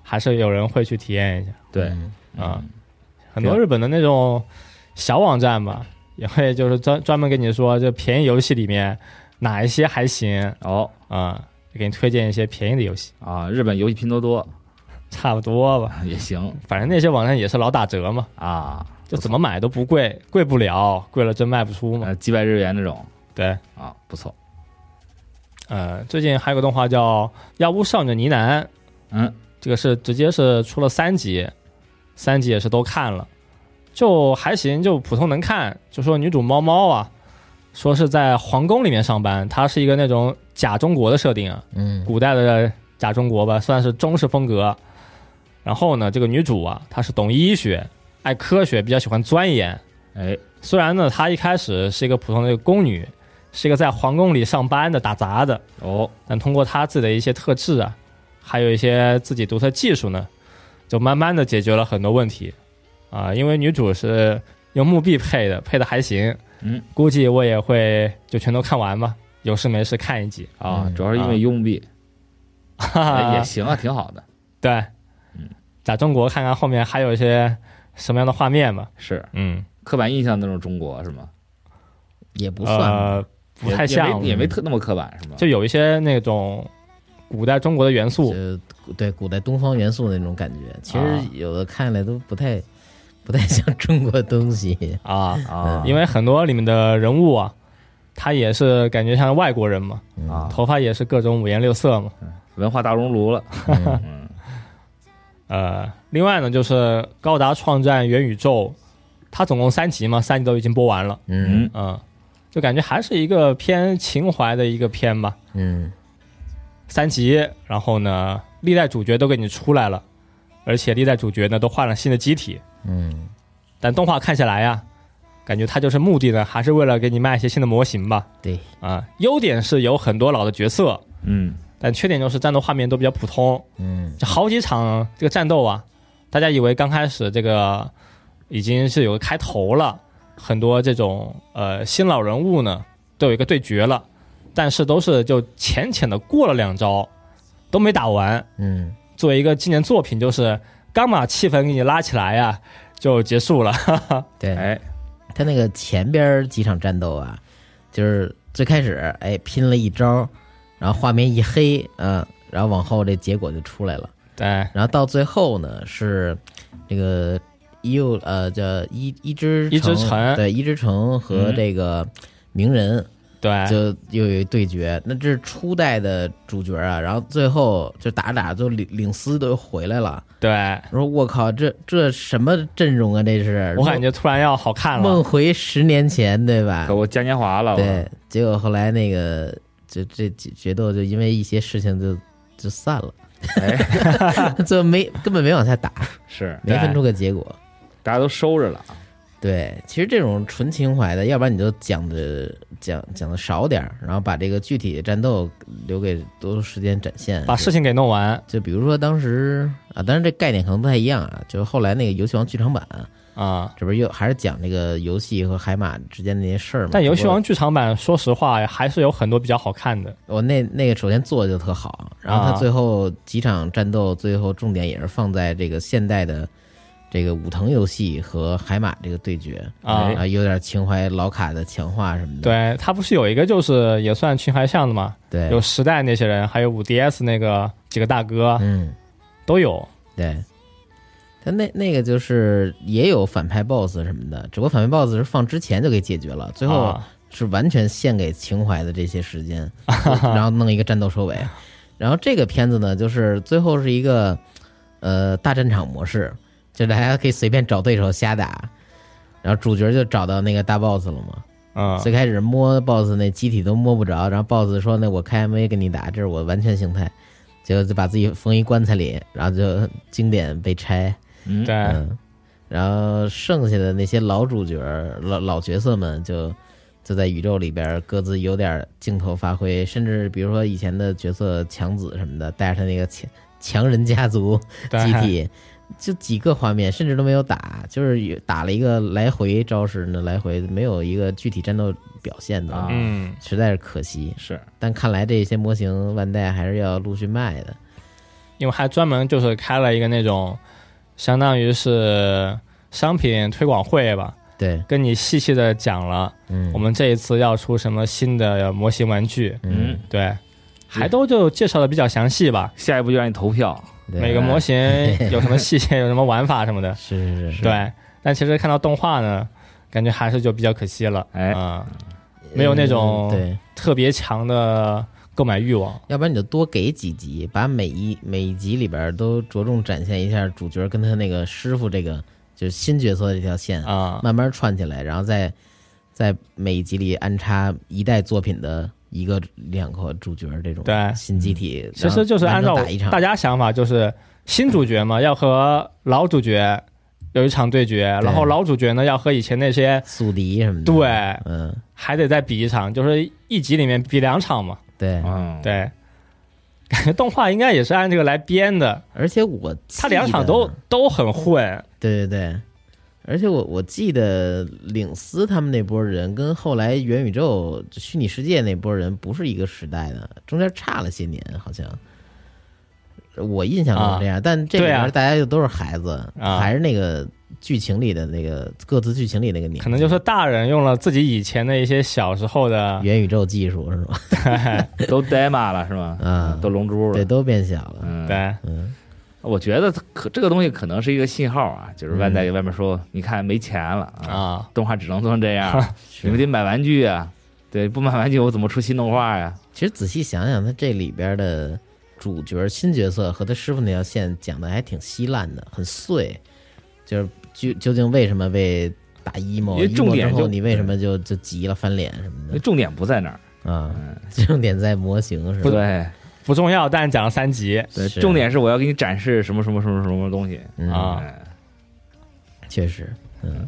S5: 还是有人会去体验一下。
S3: 对，
S2: 嗯
S5: 啊
S3: 嗯，
S5: 很多
S3: 对
S5: 日本的那种小网站吧，也会就是专专门跟你说，就便宜游戏里面哪一些还行
S3: 哦
S5: 啊，就给你推荐一些便宜的游戏，
S3: 啊，日本游戏拼多多
S5: 差不多吧。
S3: 也行
S5: 反正那些网站也是老打折嘛，
S3: 啊，
S5: 就怎么买都不贵，贵不了，贵了真卖不出嘛。
S3: 呃，几百日元那种
S5: 对，
S3: 啊，不错，
S5: 呃，最近还有个动画叫《药物少女呢喃》，
S3: 嗯。
S5: 这个是直接是出了三集，三集也是都看了，就还行，就普通能看。就说女主猫猫啊，说是在皇宫里面上班，她是一个那种假中国的设定啊，
S2: 嗯
S5: 古代的假中国吧，算是中式风格。然后呢，这个女主啊，她是懂医学，爱科学，比较喜欢钻研。
S3: 哎，
S5: 虽然呢，她一开始是一个普通的一个宫女，是一个在皇宫里上班的打杂的，
S3: 哦，
S5: 但通过他自己的一些特质啊，还有一些自己独特技术呢，就慢慢的解决了很多问题啊。因为女主是用木壁配的，配的还行，
S3: 嗯，
S5: 估计我也会就全都看完吧，有事没事看一集，
S3: 啊，
S2: 嗯
S3: 主要是因为佣币、
S5: 哈
S3: 哎也
S5: 哈，
S3: 行啊，挺好的，
S5: 对
S3: 嗯，
S5: 在中国看看后面还有一些什么样的画面吧，
S3: 是
S5: 嗯，
S3: 刻板印象那种中国是吗？
S2: 也不算，
S5: 呃，不
S3: 也
S5: 太
S3: 也
S5: 像嗯
S3: 没，也没特那么刻板是吗？
S5: 就有一些那种古代中国的元素，
S2: 就对古代东方元素那种感觉，其
S5: 啊
S2: 实有的看来都不太不太像中国东西。
S5: 啊，
S3: 啊，
S5: 因为很多里面的人物啊，他也是感觉像外国人嘛，
S3: 啊，
S5: 头发也是各种五颜六色嘛。
S3: 文化大熔炉了，
S2: 嗯
S3: 嗯，
S5: 呃，另外呢，就是《高达创战元宇宙》，它总共三集嘛，三集都已经播完了，
S2: 嗯
S5: 嗯、就感觉还是一个偏情怀的一个片吧，
S2: 嗯
S5: 三集。然后呢，历代主角都给你出来了，而且历代主角呢都换了新的机体，
S2: 嗯
S5: 但动画看下来呀，感觉它就是目的呢，还是为了给你卖一些新的模型吧。
S2: 对，
S5: 啊、优点是有很多老的角色，
S3: 嗯
S5: 但缺点就是战斗画面都比较普通。
S2: 嗯
S5: 这好几场这个战斗啊，大家以为刚开始这个已经是有个开头了，很多这种呃新老人物呢都有一个对决了，但是都是就浅浅的过了两招，都没打完。
S2: 嗯
S5: 作为一个纪念作品，就是刚把气氛给你拉起来呀、就结束了。
S2: 对，
S3: 哎，
S2: 他那个前边儿几场战斗啊，就是最开始呃哎拼了一招，然后画面一黑，嗯、然后往后这结果就出来了。
S5: 对，
S2: 然后到最后呢是这个伊右呃叫伊伊之
S5: 伊之诚
S2: 对伊之城和
S3: 嗯
S2: 这个鸣人、
S5: 对，
S2: 就又有一对决，那这是初代的主角啊，然后最后就打着打着就领领司都回来了，
S5: 对，
S2: 我说我靠，这这什么阵容啊？这是
S5: 我感觉突然要好看了
S2: 梦。回十年前对吧
S3: 可？我嘉年华了，我
S2: 对，结果后来那个就这决决斗就因为一些事情就就散了，
S3: 哎，
S2: 就没根本没往下打，
S3: 是
S2: 没分
S5: 对
S2: 出个结果。
S3: 大家都收着了啊，
S2: 对，其实这种纯情怀的，要不然你就讲的讲讲的少点儿，然后把这个具体的战斗留给多时间展现。
S5: 把事情给弄完
S2: 就比如说当时啊，当然这概念可能不太一样啊，就是后来那个游戏王剧场版，
S5: 啊、
S2: 这不是又还是讲这个游戏和海马之间的那些事儿嘛？
S5: 但游戏
S2: 只不过
S5: 王剧场版，说实话还是有很多比较好看的。
S2: 我那那个首先做的就特好，然后
S5: 啊
S2: 他最后几场战斗，最后重点也是放在这个现代的这个武藤游戏和海马这个对决
S5: 啊
S2: 然后有点情怀老卡的强化什么的。
S5: 对，它不是有一个就是也算情怀向的嘛，
S2: 对
S5: 有时代那些人，还有五 DS 那个几个大哥
S2: 嗯，
S5: 都有。
S2: 对。他那那个就是也有反派 BOSS 什么的，只不过反派 BOSS 是放之前就给解决了，最后
S5: 啊
S2: 是完全献给情怀的这些时间，然后弄一个战斗收尾。然后这个片子呢，就是最后是一个呃大战场模式，就大家可以随便找对手瞎打，然后主角就找到那个大 boss 了嘛。
S5: 嗯，
S2: 最开始摸 boss 那机体都摸不着，然后 boss 说：“那我开 MA 跟你打，这是我完全形态。”结果就把自己封一棺材里，然后就经典被拆。
S3: 嗯，
S5: 对，
S2: 嗯，然后剩下的那些老主角、老老角色们就就在宇宙里边各自有点镜头发挥，甚至比如说以前的角色强子什么的，带着他那个强强人家族
S5: 对
S2: 集体，就几个画面，甚至都没有打，就是有打了一个来回招式呢，来回没有一个具体战斗表现的。
S3: 啊
S5: 嗯，
S2: 实在是可惜，
S3: 是
S2: 但看来这些模型万代还是要陆续卖的。
S5: 因为还专门就是开了一个那种，相当于是商品推广会吧，
S2: 对，
S5: 跟你细细的讲了，
S2: 嗯，
S5: 我们这一次要出什么新的模型玩具，
S2: 嗯，
S5: 对，还都就介绍的比较详细吧，
S3: 下一步就让你投票，
S2: 对
S5: 每个模型有什么细节，有什么玩法什么的，
S2: 是 是是是，
S5: 对。但其实看到动画呢，感觉还是就比较可惜了，
S3: 哎
S5: 啊，没有那种
S2: 嗯对。
S5: 特别强的购买欲望，
S2: 要不然你就多给几集，把每一每一集里边都着重展现一下主角跟他那个师傅这个就是新角色这条线，
S5: 啊，
S2: 慢慢串起来，然后再在每一集里安插一代作品的一个两个主角这种
S5: 对
S2: 新机体，
S5: 其实就是按
S2: 然后
S5: 照
S2: 难得打一场
S5: 大家想法，就是新主角嘛，要和老主角有一场对决，
S2: 对
S5: 然后老主角呢要和以前那些
S2: 宿敌什么的，
S5: 对，
S2: 嗯，
S5: 还得再比一场，就是一集里面比两场嘛。
S2: 对，
S3: 嗯，，
S5: 对， 感觉动画应该也是按这个来编的，
S2: 而且我记
S5: 他两场都
S2: 得
S5: 都很混，
S2: 对对对。而且我我记得领司他们那波人跟后来元宇宙就虚拟世界那波人不是一个时代的，中间差了些年，好像我印象中是这样。但这里
S5: 对啊
S2: 边大家就都是孩子，
S5: 啊
S2: 还是那个剧情里的那个各自剧情里那个年纪，
S5: 可能就是大人用了自己以前的一些小时候的，
S2: 元宇宙技术是吗？
S3: 都 demo 了是吗？
S2: 啊
S3: 都龙珠了，
S2: 对，都变小了。
S3: 嗯，
S5: 对，
S3: 我觉得可这个东西可能是一个信号啊，就是万代
S2: 嗯
S3: 给外面说，你看没钱了啊，
S5: 啊，
S3: 动画只能做成这样，你们得买玩具啊，对，不买玩具我怎么出新动画呀？
S2: 其实仔细想想，他这里边的主角新角色和他师傅那条线讲的还挺稀烂的，很碎，就是究究竟为什么被打 emo，
S3: 因为重点
S2: emo 之后
S3: 就
S2: 你为什么就就急了翻脸什么
S3: 那重点不在那儿，
S2: 的啊？ 重点在模型是吧？
S3: 对
S5: 不重要，但讲了三集，
S3: 对，
S2: 是
S3: 重点是我要给你展示什么什么什么什么东西
S2: 嗯
S5: 啊
S3: 哎
S2: 确实，嗯，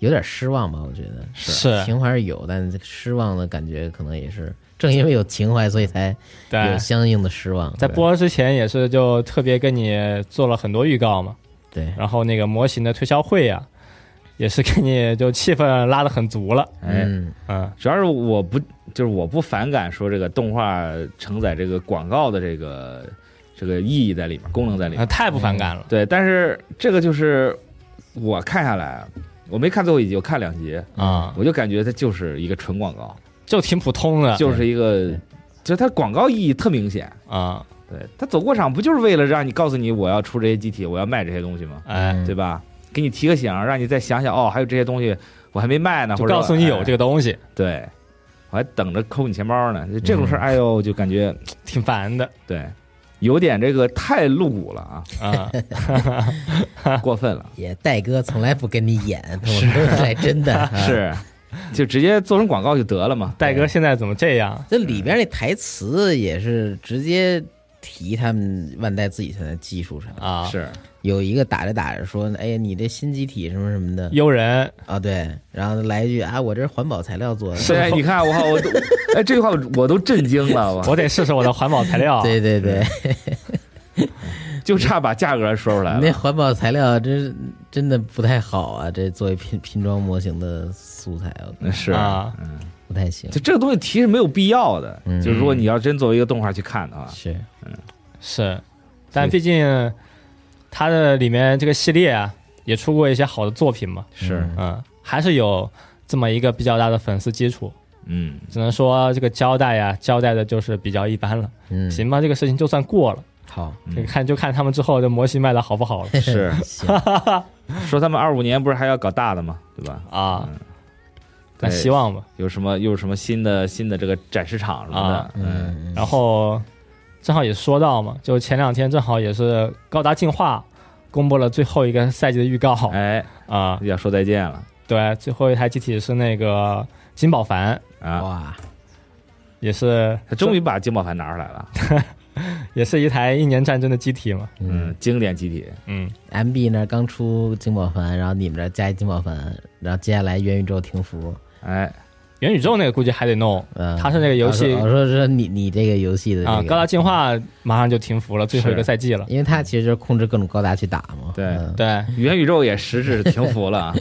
S2: 有点失望吧？我觉得
S5: 是
S2: 情怀是有，但这个失望的感觉可能也是正因为有情怀，所以才有
S5: 对。
S2: 相应的失望。
S5: 哎在
S2: 对
S5: 播之前也是就特别跟你做了很多预告嘛，
S2: 对
S5: 然后那个模型的推销会呀、也是给你就气氛拉得很足了，
S3: 哎，
S2: 嗯
S5: 嗯
S3: 主要是我不就是我不反感说这个动画承载这个广告的这个这个意义在里面，功能在里
S5: 啊，
S3: 面。
S5: 太不反感了，
S3: 对，但是这个就是我看下来啊，我没看最后一集，我看两集，
S5: 啊、
S3: 我就感觉它就是一个纯广告，
S5: 就挺普通的，
S3: 就是一个，就它广告意义特明显。
S5: 啊、
S3: 对他走过场不就是为了让你告诉你我要出这些机体，我要卖这些东西吗？
S5: 哎，
S2: 嗯
S3: 对吧？给你提个醒，让你再想想哦，还有这些东西我还没卖呢，
S5: 就
S3: 或者
S5: 告诉你有
S3: 哎
S5: 这个东西，
S3: 对，我还等着抠你钱包
S5: 嗯
S3: 呢。这种事儿，哎呦，就感觉
S5: 挺烦的
S3: 对，有点这个太露骨了啊，
S5: 啊。
S3: 过分了，
S2: 也戴哥从来不跟你 演，我都是来真的。
S5: 哎
S2: 啊，
S3: 是，就直接做成广告就得了嘛。
S5: 戴哥现在怎么这样？
S2: 这里边那台词也是直接提他们万代自己现在技术上，
S5: 啊，
S3: 是，
S2: 有一个打着打着说，哎呀，你这新机体什么什么的
S5: 悠人
S2: 啊，对，然后来一句啊，我这是环保材料 做的，
S3: 对，你看我我都，哎，这句话我我都震惊了，我
S5: 我得试试我的环保材料。啊
S2: 对对对，
S3: 就差把价格说 出来
S2: 那
S3: 了。
S2: 环保材料真真的不太好啊，这作为拼拼装模型的素材，我
S3: 那是
S5: 啊，
S3: 嗯
S2: 不太行。
S3: 就这个东西提是没有必要的。
S2: 嗯
S3: 就是如果你要真作为一个动画去看的话，
S2: 是，
S5: 是，但毕竟它的里面这个系列啊，也出过一些好的作品嘛，
S3: 是，
S5: 嗯，还是有这么一个比较大的粉丝基础。
S3: 嗯，
S5: 只能说这个交代呀、交代的就是比较一般了。
S2: 嗯，，
S5: 行吧，这个事情就算过了，
S2: 好，
S3: 嗯
S5: 这个看就看他们之后的模型卖的好不
S2: 嗯
S5: 好 了
S3: 是
S2: 行，
S3: 嗯说他们二五年不是还要搞大的吗？对吧？
S5: 啊
S3: 嗯。
S5: 那希望吧。
S3: 有什么又有什么新的新的这个展示场什么的
S5: 啊？
S3: 嗯，
S2: 嗯，
S5: 然后正好也说到嘛，就前两天正好也是高达进化公布了最后一个赛季的预告啊、
S3: 哎，要说再见了
S5: 对，最后一台机体是那个金宝凡，
S3: 啊！
S2: 哇，
S5: 也是
S3: 他终于把金宝盘拿出来 了，
S5: 也是一台一年战争的机体嘛。
S3: 嗯，经典机体，
S5: 嗯，
S2: M B 那儿刚出金宝帆，然后你们这儿加一金宝帆，然后接下来元宇宙停服。
S3: 哎，
S5: 元宇宙那个估计还得弄
S2: 嗯，
S5: 它是那个游戏
S2: 我说我说是你你这个游戏的这个
S5: 啊。高达进，化马上就停服了，最后一个赛季
S3: 嗯
S5: 了。
S2: 因为它其实就是控制各种高达去打嘛。
S3: 对
S2: 嗯
S5: 对，
S3: 元宇宙也实质停服了 啊。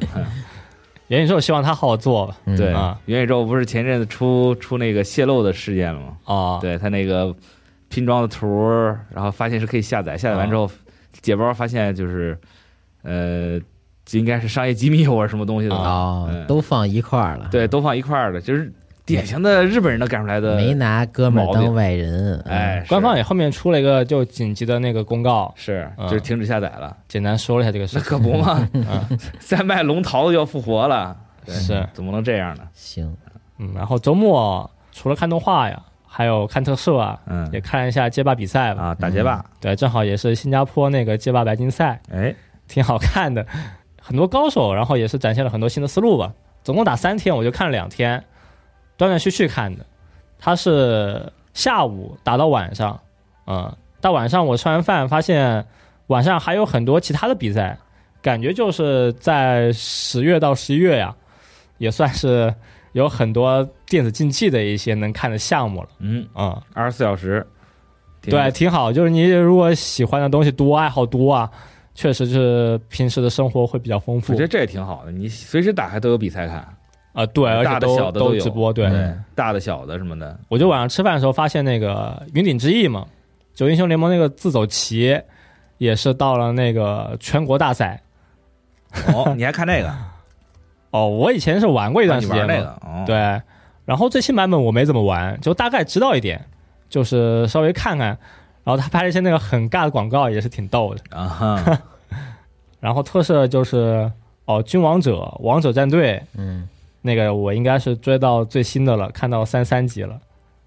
S5: 元宇宙希望他好好做吧。
S2: 嗯
S3: 对
S5: 啊，
S3: 元宇宙不是前阵子出出那个泄露的事件了吗？
S5: 啊，
S3: 对他那个拼装的图，然后发现是可以下载，下
S5: 啊
S3: 载完之后解包，发现就是呃，就应该是商业机密 或者什么东西
S5: 啊
S3: 的，
S2: 哦
S3: 嗯，
S2: 都放一块儿了。
S3: 对，，都放一块儿的，就是典型的日本人的干出来的。
S2: 没拿哥们儿当外人。嗯
S3: 哎，，
S5: 官方
S3: 也
S5: 也后面出了一个就紧急的那个公告，
S3: 是，
S5: 嗯
S3: 就是停止下载了。
S5: 简单说了一下这个
S3: 那
S5: 事。
S3: 可不 嘛，
S5: 嗯
S3: 再卖龙桃子要复活了，对
S5: 是，
S3: 怎么能这样呢？
S2: 行，
S5: 嗯，然后周末除了看动画呀，还有看特摄啊，
S3: 嗯
S5: 也看了一下街霸比赛吧。
S3: 啊，打街霸，
S5: 对，正好也是新加坡那个街霸白金赛，
S3: 哎，
S5: 挺好看的，很多高手，然后也是展现了很多新的思路吧。总共打三天，我就看了两天，断断续续看的。他是下午打到晚上，嗯，到晚上我吃完饭发现晚上还有很多其他的比赛，感觉就是在十月到十一月呀、也算是有很多电子竞技的一些能看的项目了，
S3: 嗯，
S5: 嗯。
S3: 二十四小时，挺
S5: 对，，挺好。就是你如果喜欢的东西多，爱好多啊，确实是平时的生活会比较丰
S3: 我
S5: 富
S3: 觉得这也挺好的，你随时打开都有比赛看，
S5: 啊。对，而
S3: 大
S5: 且
S3: 的
S5: 都
S3: 小的都有
S5: 直播。对，
S3: 对，大的小的什么的，
S5: 我就晚上吃饭的时候发现那个云顶之弈嘛，就英雄联盟那个自走棋，也是到了那个全国大赛。
S3: 哦，你还看 那个，
S5: 哦，我以前是玩过一
S3: 那
S5: 段
S3: 你
S5: 时
S3: 玩
S5: 间
S3: 那
S5: 嘛
S3: 个，，哦，
S5: 对，然后最新版本我没怎么玩，就大概知道一点，就是稍微看看。然后他拍了一些那个很尬的广告，也是挺逗的。
S3: 啊哈，
S5: 然后特色就是哦，君王者、王者战队
S2: 嗯，
S5: 那个，我应该是追到最新的了，看到三三集了，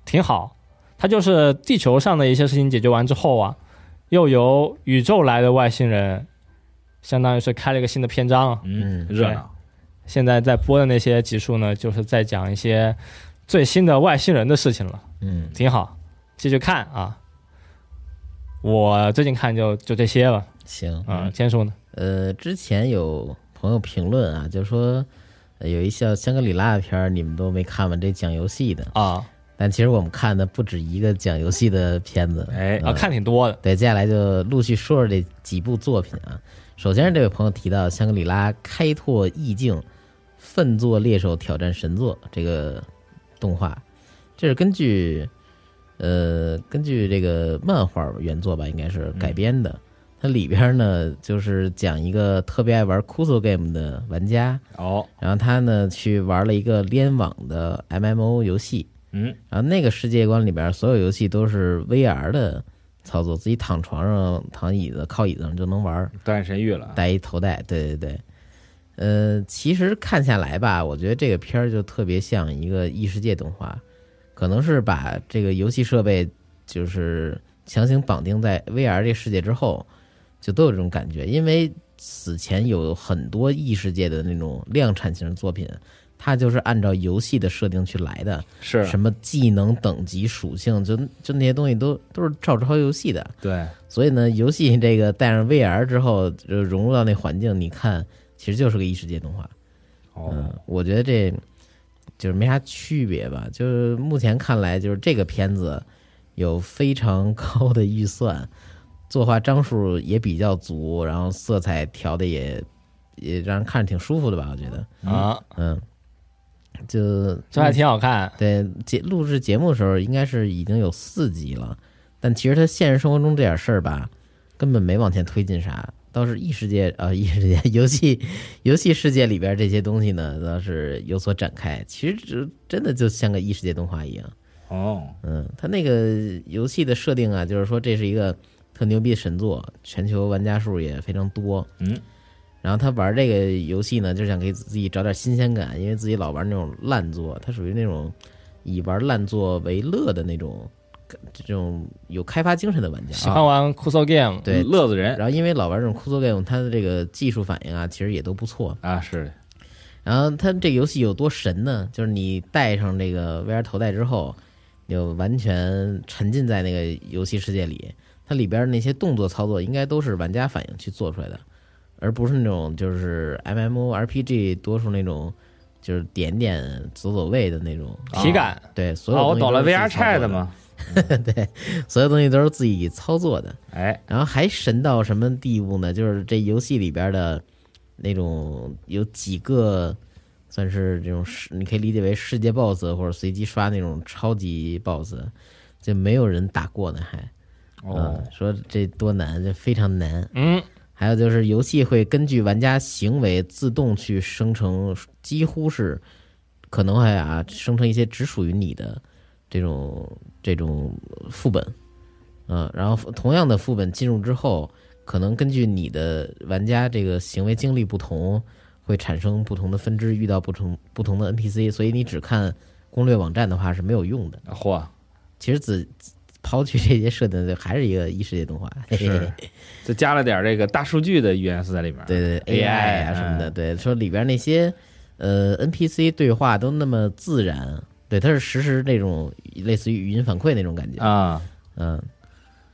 S5: 挺好。它就是地球上的一些事情解决完之后啊，又由宇宙来的外星人，相当于是开了一个新的篇章啊。
S2: 嗯，
S3: 嗯热闹，
S5: 现在在播的那些集数呢，就是在讲一些最新的外星人的事情了，
S2: 嗯，
S5: 挺好，继续看啊。我最近看就就这些吧，
S2: 行，
S5: 啊、天数呢？
S2: 呃，之前有朋友评论啊，就说呃有一些香格里拉的片儿你们都没看完，这讲游戏的，
S5: 啊
S2: 但其实我们看的不止一个讲游戏的片子。
S3: 哎，
S5: 啊，看挺多的，
S2: 对，接下来就陆续说说这几部作品啊。首先是这位朋友提到香格里拉开拓意境，奋作猎手挑战神作这个动画，这是根据呃根据这个漫画原作吧，应该是改编的。它里边呢就是讲一个特别爱玩 Kuso game 的玩家，
S3: 哦，
S2: 然后他呢去玩了一个联网的 MMO 游戏，
S3: 嗯，
S2: 然后那个世界观里边，所有游戏都是 VR 的操作，自己躺床上、躺椅子、靠椅子上就能玩儿，
S3: 断神域了，
S2: 戴一头戴，对对对。呃，其实看下来吧，我觉得这个片儿就特别像一个异世界动画，可能是把这个游戏设备就是强行绑定在 VR 这世界之后，就都有这种感觉。因为此前有很多异世界的那种量产型作品，它就是按照游戏的设定去来的，
S3: 是
S2: 什么技能等级属性，就就那些东西都都是照抄游戏的。
S3: 对，
S2: 所以呢，游戏这个带上 VR 之后，就融入到那环境，你看，其实就是个异世界动画。嗯
S3: 哦，，
S2: 我觉得这就是没啥区别吧。就是目前看来，就是这个片子有非常高的预算，作画张数也比较足，然后色彩调的也也让人看着挺舒服的吧？我觉得，
S5: 啊，
S2: 嗯，就
S5: 这还挺好看。
S2: 对，节录制节目的时候应该是已经有四集了，但其实他现实生活中这点事儿吧，根本没往前推进啥。倒是异世界啊、呃异世界 游戏游戏世界里边这些东西呢，倒是有所展开。其实这真的就像个异世界动画一样。
S3: 哦，
S2: 嗯，它那个游戏的设定啊，就是说这是一个特牛逼的神作，全球玩家数也非常多。
S3: 嗯，
S2: 然后他玩这个游戏呢，就想给自己找点新鲜感，因为自己老玩那种烂作，他属于那种以玩烂作为乐的那种，这种有开发精神的玩
S5: 喜
S2: 家。
S5: 欢玩酷搜 game，
S2: 对
S3: 乐子人
S2: 然后因为老玩这种酷作 game，他的这个技术反应啊，其实也都不错。
S3: 啊，是
S2: 然后它这个游戏有多神呢？就是你戴上这个 VR 头戴之后，你就完全沉浸在那个游戏世界里。它里边那些动作操作应该都是玩家反应去做出来的，而不是那种就是 MMORPG 多数那种就是点点走走位的那种。
S5: 体感
S2: 对，啊所有
S3: 哦，我
S2: 东西
S3: 懂了
S2: 都是自己
S3: ，VR
S2: 操作
S3: Chat
S2: 的，
S3: 嘛，
S2: 所有东西都是自己操作的。
S3: 哎，
S2: 然后还神到什么地步呢？就是这游戏里边的那种有几个，算是这种世，你可以理解为世界 BOSS 或者随机刷那种超级 BOSS，就没有人打过呢，还
S3: 哦
S2: 嗯，说这多难，这非常难。
S5: 嗯，
S2: 还有就是游戏会根据玩家行为自动去生成，几乎是可能还啊生成一些只属于你的这种这种副本，嗯，然后同样的副本进入之后，可能根据你的玩家这个行为经历不同，会产生不同的分支，遇到不同不同的 NPC，所以你只看攻略网站的话是没有用的。
S3: 嚯，
S2: 其实只抛去这些设定，就还是一个异世界动画。 嘿嘿嘿
S3: 是，就加了点这个大数据的元素在里面，
S2: 对对
S3: AI
S2: 啊什么的，
S3: 嗯
S2: 对，说里边那些呃 NPC 对话都那么自然，对，它是实时那种类似于语音反馈那种感觉，
S3: 啊，
S2: 嗯，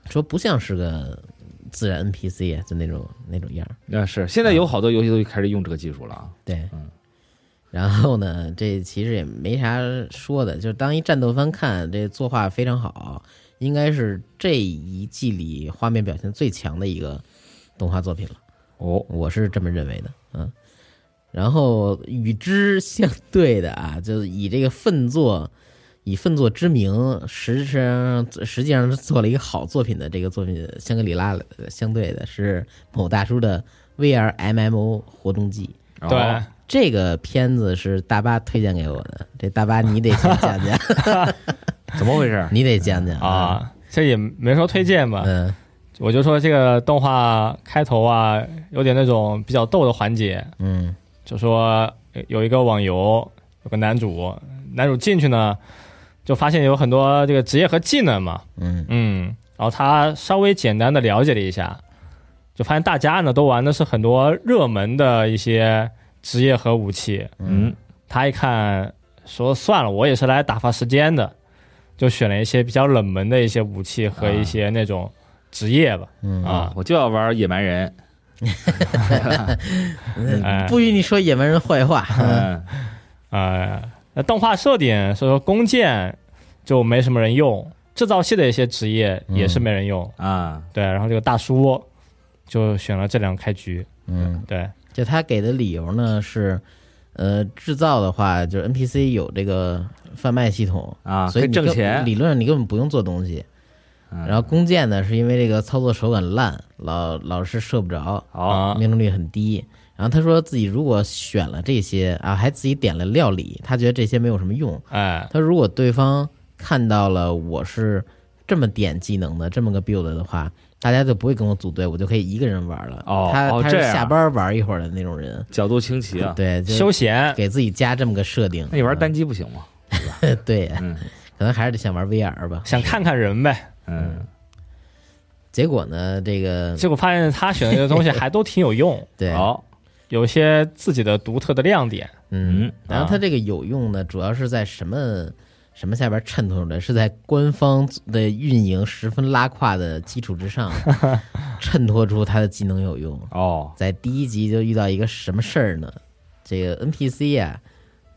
S2: 说不像是个自然 NPC 啊，就那种那种样儿，
S3: 那是现在有好多游戏都开始用这个技术了啊，
S2: 对
S3: 嗯，
S2: 然后呢， 这其实也没啥说的，就是当一战斗番看，这作画非常好，应该是这一季里画面表现最强的一个动画作品了。
S3: 哦，
S2: 我是这么认为的，嗯。然后与之相对的啊，就是以这个粪作，以粪作之名，实际上实际上是做了一个好作品的这个作品，香格里拉呃相对的是某大叔的 VR MMO 活动记。
S5: 对，
S3: 哦
S2: 这个片子是大巴推荐给我的，这大巴你得先讲 讲，
S3: 怎么回 事？
S2: 你得讲讲，
S5: 啊，这也没说推荐
S3: 啊
S5: 吧，
S2: 嗯，
S5: 我就说这个动画开头啊，有点那种比较逗的环节，
S2: 嗯
S5: 就说呃有一个网游，有个男主，男主进去呢，就发现有很多这个职业和技能嘛，
S2: 嗯
S5: 嗯，然后他稍微简单的了解了一下，就发现大家呢都玩的是很多热门的一些职业和武器，
S3: 嗯，
S5: 他一看说算了，我也是来打发时间的，就选了一些比较冷门的一些武器和一些那种职业吧，
S2: 嗯
S5: 啊，
S3: 我就要玩野蛮人，
S2: 嗯
S5: 哎，
S2: 不许你说野蛮人坏话，
S3: 嗯，
S5: 呃，那动画设定所以说弓箭就没什么人用，制造系的一些职业也是没人用，
S3: 啊，
S5: 对，然后这个大叔就选了这两个开局，
S2: 嗯。
S5: 对，
S2: 就他给的理由呢是，呃，制造的话就是 NPC 有这个贩卖系统
S3: 啊
S2: 所以
S3: 可以
S2: 你
S3: 挣
S2: 根
S3: 钱
S2: 理论上你根本不用做东西。
S3: 嗯
S2: 然后弓箭呢，是因为这个操作手感烂，老老是射不着，
S5: 啊
S3: 好，
S2: 命中率很低。然后他说自己如果选了这些啊，还自己点了料理，他觉得这些没有什么用。
S5: 哎，
S2: 他如果对方看到了我是这么点技能的这么个 build 的话，大家就不会跟我组队，我就可以一个人玩了。
S3: 哦
S2: 他
S3: 哦
S2: 他
S3: 这
S2: 是
S3: 样
S2: 下班玩一会儿的那种人，
S3: 角度清奇
S2: 嗯
S3: 啊。
S2: 对，就
S5: 休闲，
S2: 给自己加这么个设定。
S3: 那你玩单机不行吗？
S2: 嗯对，
S3: 嗯
S2: 可能还是得想玩 VR 吧。
S5: 想看看人呗。
S3: 嗯，
S2: 结果呢，这个
S5: 结果发现他选的这个东西还都挺有用，
S2: 对，
S3: 好，
S5: 有一些自己的独特的亮点。
S2: 嗯，
S3: 嗯，
S2: 然后它这个有用呢，主要是在什么什么下边衬托出来？是在官方的运营十分拉胯的基础之上，衬托出它的技能有用。
S3: 哦，
S2: 在第一集就遇到一个什么事儿呢？这个 NPC 呀、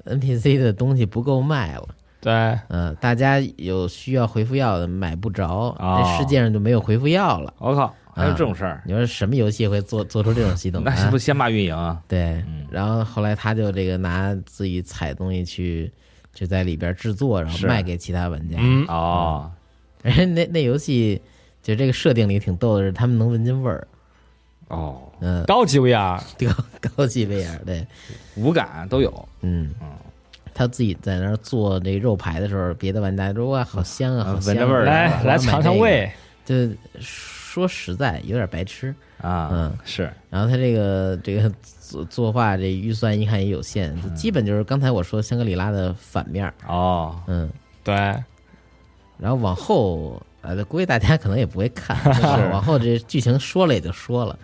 S2: n 啊 p c 的东西不够卖了，
S5: 对，
S2: 嗯、大家有需要回复药的买不着，
S3: 哦
S2: 这世界上就没有回复药了。
S3: 我靠，还有
S2: 啊
S3: 这种事儿？
S2: 你说什么游戏会做做出这种系统？
S3: 那是
S2: 啊
S3: 不是先骂运营啊？
S2: 对
S3: 嗯，
S2: 然后后来他就这个拿自己采东西去，就在里边制作，然后
S3: 是
S2: 卖给其他玩家。
S5: 嗯，
S3: 哦，
S2: 那那游戏就这个设定里挺逗的是，他们能闻见味儿，
S3: 哦，
S2: 嗯，
S5: 高级 VR
S2: 高高级 VR 对，
S3: 五感都有，
S2: 嗯，他自己在那儿做这肉排的时候，别的玩家说哇好香啊，
S3: 嗯
S2: 好香
S3: 闻
S2: 啊、
S3: 着味儿
S2: 我要
S5: 来
S2: 买
S5: 来尝尝
S2: 这个，
S5: 味，
S2: 就说实在有点白痴，
S3: 啊，
S2: 嗯，
S3: 是
S2: 然后他这个这个作作画这预算一看也有限，
S3: 嗯
S2: 就基本就是刚才我说香格里拉的反面儿，
S3: 哦，
S2: 嗯。
S5: 对，
S2: 然后往后，呃，估计大家可能也不会看， 就是往后这剧情说了也就说了，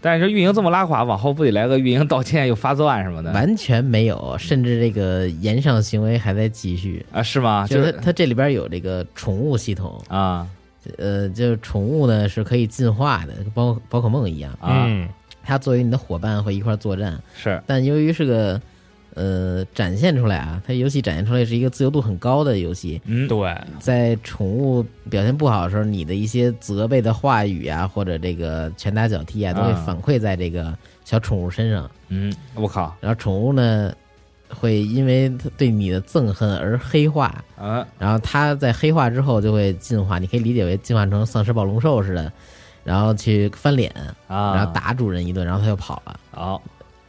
S3: 但是运营这么拉垮，往后不得来个运营道歉又发作案什么的
S2: 完全没有，甚至这个延上行为还在继续。
S3: 啊？是吗？就
S2: 就是
S3: 是
S2: 它它这里边有这个宠物系统，
S3: 啊
S2: 呃，就是宠物呢是可以进化的，跟宝宝可梦一样，
S3: 啊，
S5: 嗯，
S2: 它作为你的伙伴会一块儿作战。
S3: 是
S2: 但由于是个呃展现出来啊，它游戏展现出来是一个自由度很高的游戏，
S3: 嗯，
S5: 对，
S2: 在宠物表现不好的时候，你的一些责备的话语啊，或者这个拳打脚踢啊，都会
S3: 啊
S2: 反馈在这个小宠物身上。
S3: 嗯，我靠，
S2: 然后宠物呢，会因为它对你的憎恨而黑化，
S3: 啊，
S2: 然后它在黑化之后就会进化，你可以理解为进化成丧尸暴龙兽似的，然后去翻脸，
S3: 啊，
S2: 然后打主人一顿，然后它就跑了。
S3: 好，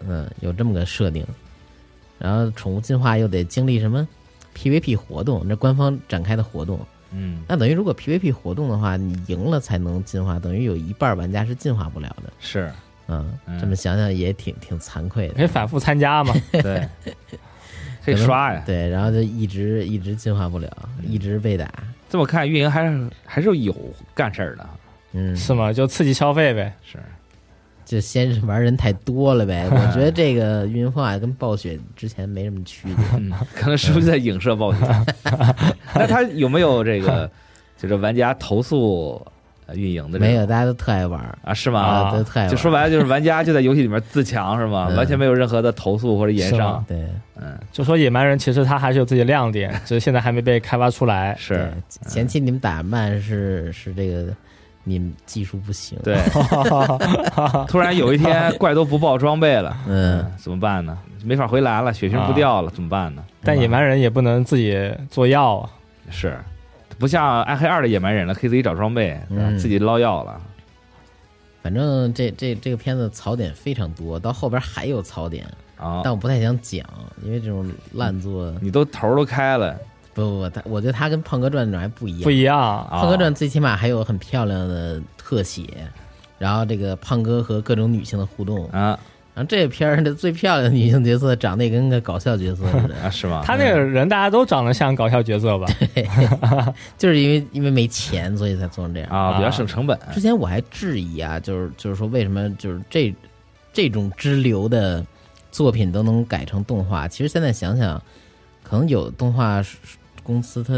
S2: 嗯，有这么个设定。然后宠物进化又得经历什么 PVP 活动，这官方展开的活动。
S3: 嗯，
S2: 那等于如果 PVP 活动的话，你赢了才能进化，等于有一半玩家是进化不了的。
S3: 是
S2: 嗯
S3: 嗯，
S2: 这么想想也挺挺惭愧
S5: 可以
S2: 的。
S5: 反复参加嘛，
S3: 对，可以刷呀。
S2: 对，然后就一直一直进化不了，一直被打。
S3: 这么看，运营还是还是有干事儿的，
S2: 嗯，
S5: 是吗？就刺激消费呗，
S3: 是
S2: 就先是玩人太多了 呗。我觉得这个运营方法跟暴雪之前没什么区别。
S3: 嗯，可能是不是在影射暴雪？那他有没有这个，就是玩家投诉呃运营的？
S2: 没有，大家都特爱玩儿，
S3: 啊？是吗？
S5: 啊
S2: 都特爱玩儿。
S3: 就说白了，就是玩家就在游戏里面自强是吗？
S2: 嗯
S3: 完全没有任何的投诉或者言
S5: 是
S3: 商
S5: 吗。
S2: 对
S3: 嗯，
S5: 就说野蛮人其实他还是有自己的亮点，只是现在还没被开发出来。
S3: 是，
S2: 对前期你们打慢是是这个，你们技术不行。，
S3: 对。突然有一天，怪都不爆装备了，
S2: 嗯，
S3: 怎么办呢？没法回来了，血瓶不掉了，怎么办呢？
S5: 但野蛮人也不能自己做药啊，
S3: 是，不像暗黑二的野蛮人了，可以自己找装备，
S2: 嗯
S3: 对吧自己捞药了。
S2: 反正这这这个片子槽点非常多，到后边还有槽点，
S3: 啊嗯
S2: 但，我不太想讲，因为这种烂作，
S3: 你都头儿都开了
S2: 不不不，它我觉得它跟《胖哥传》还不一样，
S5: 不一样。
S3: 啊！
S2: 胖哥传》最起码还有很漂亮的特写，然后这个胖哥和各种女性的互动，
S3: 啊
S2: 然后这片儿的最漂亮的女性角色长得也跟个搞笑角色似 的，
S3: 啊，是吗？
S5: 他那个人大家都长得像搞笑角色吧？
S2: 就是因为因为没钱，所以才做成这样。
S3: 啊，比较省成本。
S2: 之前我还质疑啊，就是就是说为什么就是这这种支流的作品都能改成动画？其实现在想想，可能有动画公司它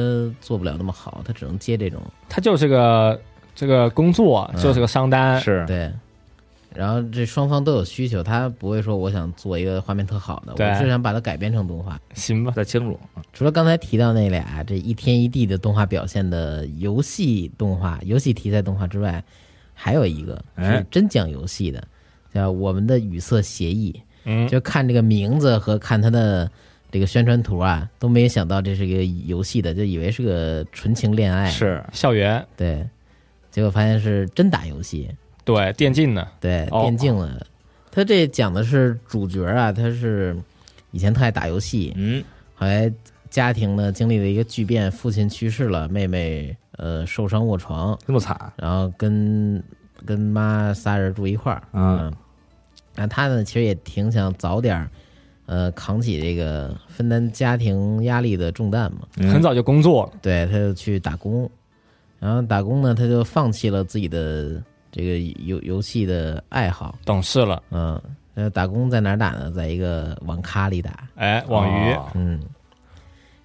S2: 做不了那么好，它只能接这种
S5: 他就是个这个工作，
S2: 嗯
S5: 就是个商单。
S3: 是，
S2: 对。然后这双方都有需求，他不会说我想做一个画面特好的，
S5: 对
S2: 我就想把它改编成动画。
S5: 行吧
S3: 不，太清楚。
S2: 除了刚才提到那俩这一天一地的动画表现的游戏动画、游戏题材动画之外，还有一个
S3: 哎
S2: 是真讲游戏的，叫《我们的语色协议》。
S5: 嗯，
S2: 就看这个名字和看它的这个宣传图啊，都没想到这是个游戏的，就以为是个纯情恋爱。
S3: 是
S5: 校园
S2: 对，结果发现是真打游戏，
S5: 对电竞的，
S2: 对，
S3: 哦
S2: 电竞的。他这讲的是主角啊，他是以前特爱打游戏，
S3: 嗯
S2: 后来家庭呢经历了一个巨变，父亲去世了，妹妹呃受伤卧床，
S3: 这么惨，
S2: 然后跟跟妈仨人住一块儿，
S3: 嗯
S2: 嗯，那他呢其实也挺想早点儿，呃，扛起这个分担家庭压力的重担嘛，
S5: 很早就工作了，
S2: 对，他就去打工，然后打工呢，他就放弃了自己的这个游游戏的爱好，
S5: 懂事了，
S2: 嗯，那打工在哪儿打呢？在一个网咖里打，
S5: 哎，网鱼，
S3: 哦
S2: 嗯，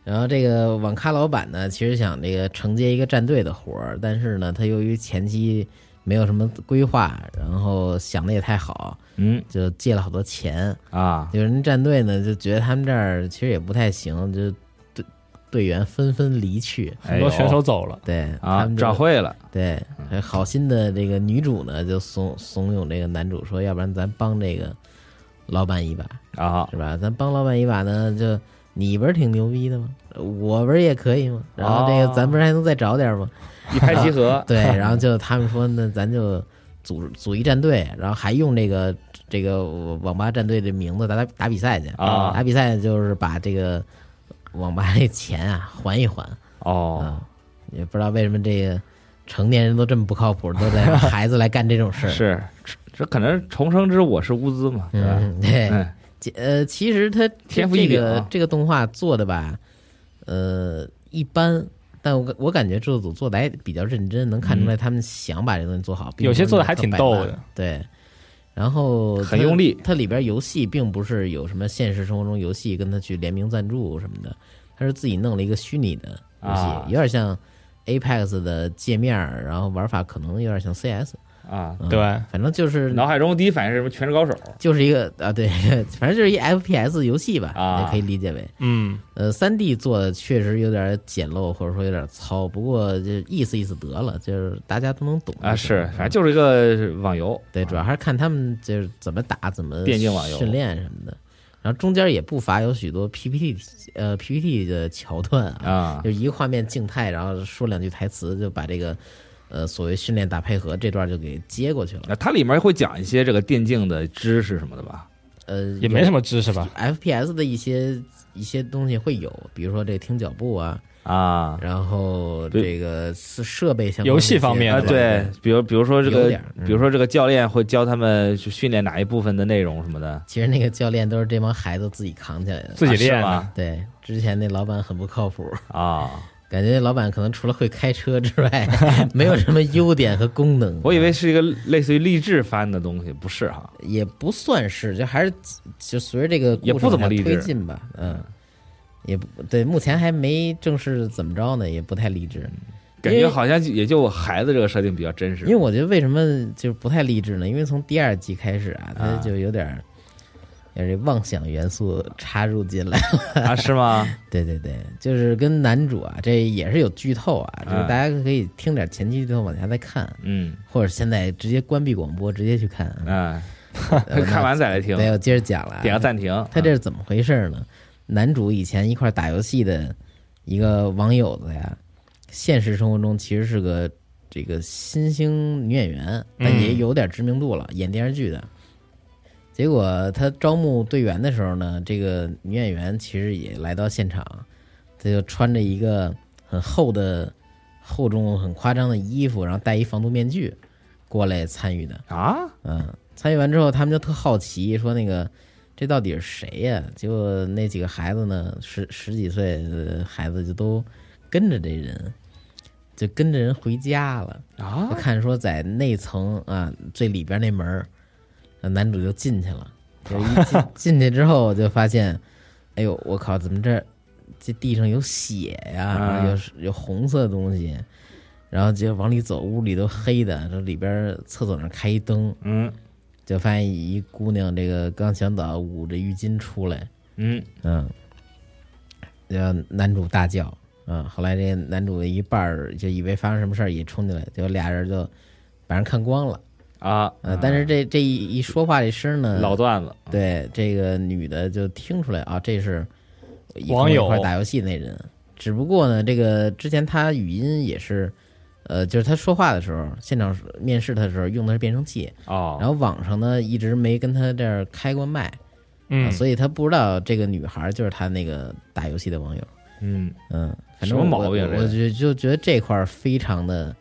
S2: 然后这个网咖老板呢，其实想这个承接一个战队的活儿，但是呢，他由于前期没有什么规划，然后想的也太好，
S3: 嗯
S2: 就借了好多钱。
S3: 啊，
S2: 有人战队呢，就觉得他们这儿其实也不太行，就队队员纷纷离去，
S5: 很多
S3: 哎呦
S5: 选手走了，
S2: 对他
S3: 啊
S2: 们就
S3: 转会嗯了，
S2: 对，还好心的这个女主呢，就怂怂恿这个男主说，要不然咱帮这个老板一把，
S3: 啊
S2: 是吧？咱帮老板一把呢，就你不是挺牛逼的吗？我不是也可以吗？然后这个
S3: 哦
S2: 咱不是还能再找点 吗？，
S3: 一拍即合
S2: 对，然后就他们说，那咱就组组一战队，然后还用这个这个网吧战队的名字打打打比赛去
S3: 啊
S2: 打比赛就是把这个网吧这钱啊还一还。
S3: 哦
S2: 啊，，也不知道为什么这个成年人都这么不靠谱，都 得让孩子来干这种事儿。
S3: 是这可能是重生之我是乌兹嘛，对吧？
S2: 嗯，对，
S3: 哎，
S2: 其呃，其实他这
S3: 天赋
S2: 这
S3: 异禀
S2: 个
S3: 啊
S2: 这个动画做的吧，呃，一般。但我我感觉制作组做的还比较认真，能看出来他们想把这东西做好。并
S5: 嗯有些
S2: 不是
S5: 做得还
S2: 特
S5: 挺
S2: 摆
S5: 逗
S2: 烂
S5: 的，
S2: 对。然后它
S3: 很用力
S2: 它里边游戏并不是有什么现实生活中游戏跟他去联名赞助什么的，他是自己弄了一个虚拟的游戏，
S3: 啊
S2: 有点像 Apex 的界面儿，然后玩法可能有点像 CS，
S3: 啊，
S2: 嗯
S5: 对，
S2: 反正就是
S3: 脑海中第一反应是什么？全职高手
S2: 就是一个啊，对， 反正就是一 FPS 游戏吧，
S3: 啊
S2: 也可以理解为。
S5: 嗯，
S2: 呃，三 D 做的确实有点简陋，或者说有点糙，不过就意思意思得了，就是大家都能懂
S3: 啊，
S2: 就行
S3: 是，反正就是一个网游，
S2: 对，主要还是看他们就是怎么打、怎么
S3: 电竞网游
S2: 训练什么的。然后中间也不乏有许多 PPT 呃 PPT 的桥段啊，
S3: 啊
S2: 就一个画面静态，然后说两句台词，就把这个呃所谓训练打配合这段就给接过去了。
S3: 啊，它里面会讲一些这个电竞的知识什么的吧？
S2: 呃，
S5: 也没什么知识吧，
S2: FPS 的一些一些东西会有，比如说这个听脚步啊，
S3: 啊
S2: 然后
S3: 对
S2: 这个是设备相关
S5: 游戏
S2: 的一些
S5: 方面
S3: 啊，
S5: 的吧
S3: 对，比如比如说这
S2: 有
S3: 个
S2: 点儿，嗯
S3: 比如说这个教练会教他们去训练哪一部分的内容什么的，
S2: 其实那个教练都是这帮孩子自己扛起来的。
S5: 自己练
S3: 啊
S5: 的
S3: 是吗
S2: 对，之前那老板很不靠谱，
S3: 啊，
S2: 感觉老板可能除了会开车之外， 没有什么优点和功能。
S3: 我以为是一个类似于励志番的东西，不是哈？
S2: 也不算是，就还是就随着这个
S3: 也
S2: 故事
S3: 不怎么
S2: 往下
S3: 励
S2: 推
S3: 志
S2: 进吧，嗯，也不对，目前还没正式怎么着呢，也不太励志。
S3: 感
S2: 因
S3: 觉
S2: 为
S3: 好像就也就孩子这个设定比较真实
S2: 因为我觉得为什么就是不太励志呢？因为从第二季开始啊，他
S3: 啊
S2: 就有点儿，有点妄想元素插入进来。
S3: 啊，是吗？
S2: 对对对，就是跟男主啊，这也是有剧透啊，就是
S3: 啊
S2: 大家可以听点前期剧透往下再看，
S3: 嗯
S2: 或者现在直接关闭广播直接去看啊。
S3: 啊，
S2: 呃
S3: 看完再来听
S2: 那，对，我接着讲了啊。
S3: 点个暂停。
S2: 他这是怎么回事呢？男主以前一块儿打游戏的一个网友子呀，现实生活中其实是个这个新兴女演员，但也有点知名度了，演电视剧的。结果他招募队员的时候呢，这个女演员其实也来到现场，她就穿着一个很厚的、厚重、很夸张的衣服，然后戴一防毒面具过来参与的。
S3: 啊，
S2: 嗯，参与完之后，他们就特好奇，说那个这到底是谁呀、结果那几个孩子呢，十十几岁的孩子就都跟着这人，就跟着人回家了。
S3: 啊
S2: 就看说在那层啊最里边那门儿，呃男主就进去 了。就一进进去之后，就发现，哎呦，我靠，怎么这这地上有血呀、
S3: 啊
S2: 有有红色的东西，然后就往里走，屋里都黑的，这里边厕所上开一灯，
S3: 嗯
S2: 就发现一姑娘这个刚洗完澡，捂着浴巾出来，
S3: 嗯
S2: 嗯，然后呃男主大叫，嗯，后来这男主一半儿就以为发生什么事儿也冲进来，结果俩人就把人看光了，
S3: 啊
S2: 呃，但是这这一一说话这声儿呢，
S3: 老段子，
S2: 对这个女的就听出来啊，这是一跟我
S5: 网友
S2: 一块儿打游戏那人，只不过呢，这个之前他语音也是，呃，就是他说话的时候，现场面试他的时候用的是变声器，然
S3: 哦
S2: 后网上呢一直没跟他这儿开过麦，啊
S5: 嗯，
S2: 所以他不知道这个女孩就是他那个打游戏的网友。
S3: 嗯，
S2: 嗯，反
S3: 什
S2: 正
S3: 么
S2: 我
S3: 毛病
S2: 我
S3: 这
S2: 我
S3: 个
S2: 觉就觉得这块儿非常的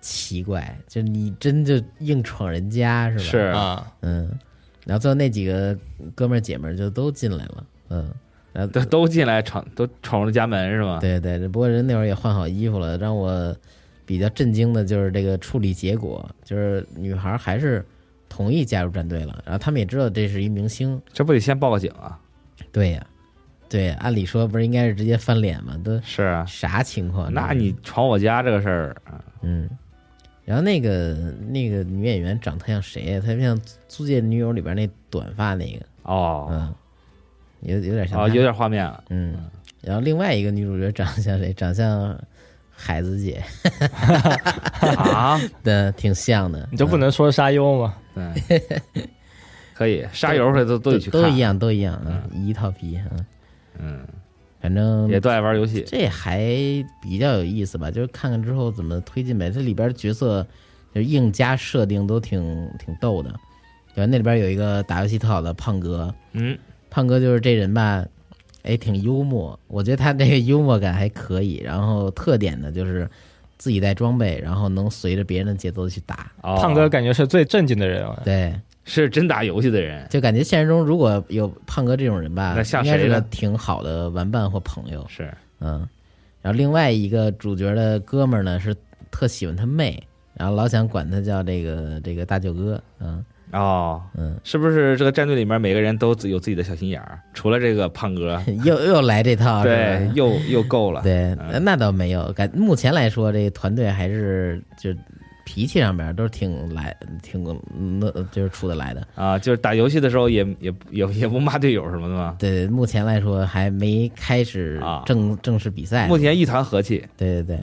S2: 奇怪，就你真就硬闯人家是吧？
S3: 是
S5: 啊，
S2: 嗯，然后最后那几个哥们儿姐们儿就都进来了，嗯，然后
S3: 都都进来闯都闯入家门是吗？
S2: 对对，只不过人那会儿也换好衣服了。让我比较震惊的就是这个处理结果，就是女孩儿还是同意加入战队了。然后他们也知道这是一明星，
S3: 这不得先报个警啊？
S2: 对呀、对呀，按理说不是应该是直接翻脸吗？都
S3: 是啊，
S2: 啥情况？
S3: 那
S2: 这是
S3: 你闯我家这个事儿，
S2: 嗯。然后那个那个女演员长得特像谁啊呀、她像《租借女友》里边那短发那个，
S3: 哦
S2: 嗯，有有点像
S3: 哦，
S2: 她
S3: 有点画面了。
S2: 嗯。然后另外一个女主角长得像谁？长得像海子姐，
S3: 啊，
S2: 对，挺像的。嗯
S5: 你就不能说沙优吗？
S3: 对，可以，沙游会都都得去看，
S2: 都一样，都一样啊，一套皮啊，
S3: 嗯，
S2: 反正
S3: 也都爱玩游戏，
S2: 这还比较有意思吧，就是看看之后怎么推进呗。这里边角色就硬加设定都挺挺逗的，对吧？那里边有一个打游戏特好的胖哥，
S3: 嗯，
S2: 胖哥就是这人吧，哎，挺幽默，我觉得他这个幽默感还可以。然后特点呢就是自己带装备，然后能随着别人的节奏去打，
S3: 哦
S5: 胖哥感觉是最正经的人啊
S3: 啊
S5: 了，
S2: 对。
S3: 是真打游戏的人，
S2: 就感觉现实中如果有胖哥这种人吧，
S3: 那像
S2: 应该是
S3: 谁
S2: 个
S3: 呢
S2: 挺好的玩伴或朋友。
S3: 是
S2: 嗯，然后另外一个主角的哥们儿呢是特喜欢他妹，然后老想管他叫这个这个大舅哥。嗯
S3: 哦，
S2: 嗯，
S3: 是不是这个战队里面每个人都自有自己的小心眼儿？除了这个胖哥，
S2: 又又来这套，
S3: 对
S2: 啊是，吧
S3: 又又够了，
S2: 对，
S3: 嗯
S2: 那倒没有。感目前来说，这个团队还是就脾气上面都是挺来挺嗯那就是出得来的。
S3: 啊，就是打游戏的时候也也也也不骂队友什么的吗？
S2: 对，目前来说还没开始
S3: 啊
S2: 正、正式比赛呢，
S3: 目前一团和气，
S2: 对对对，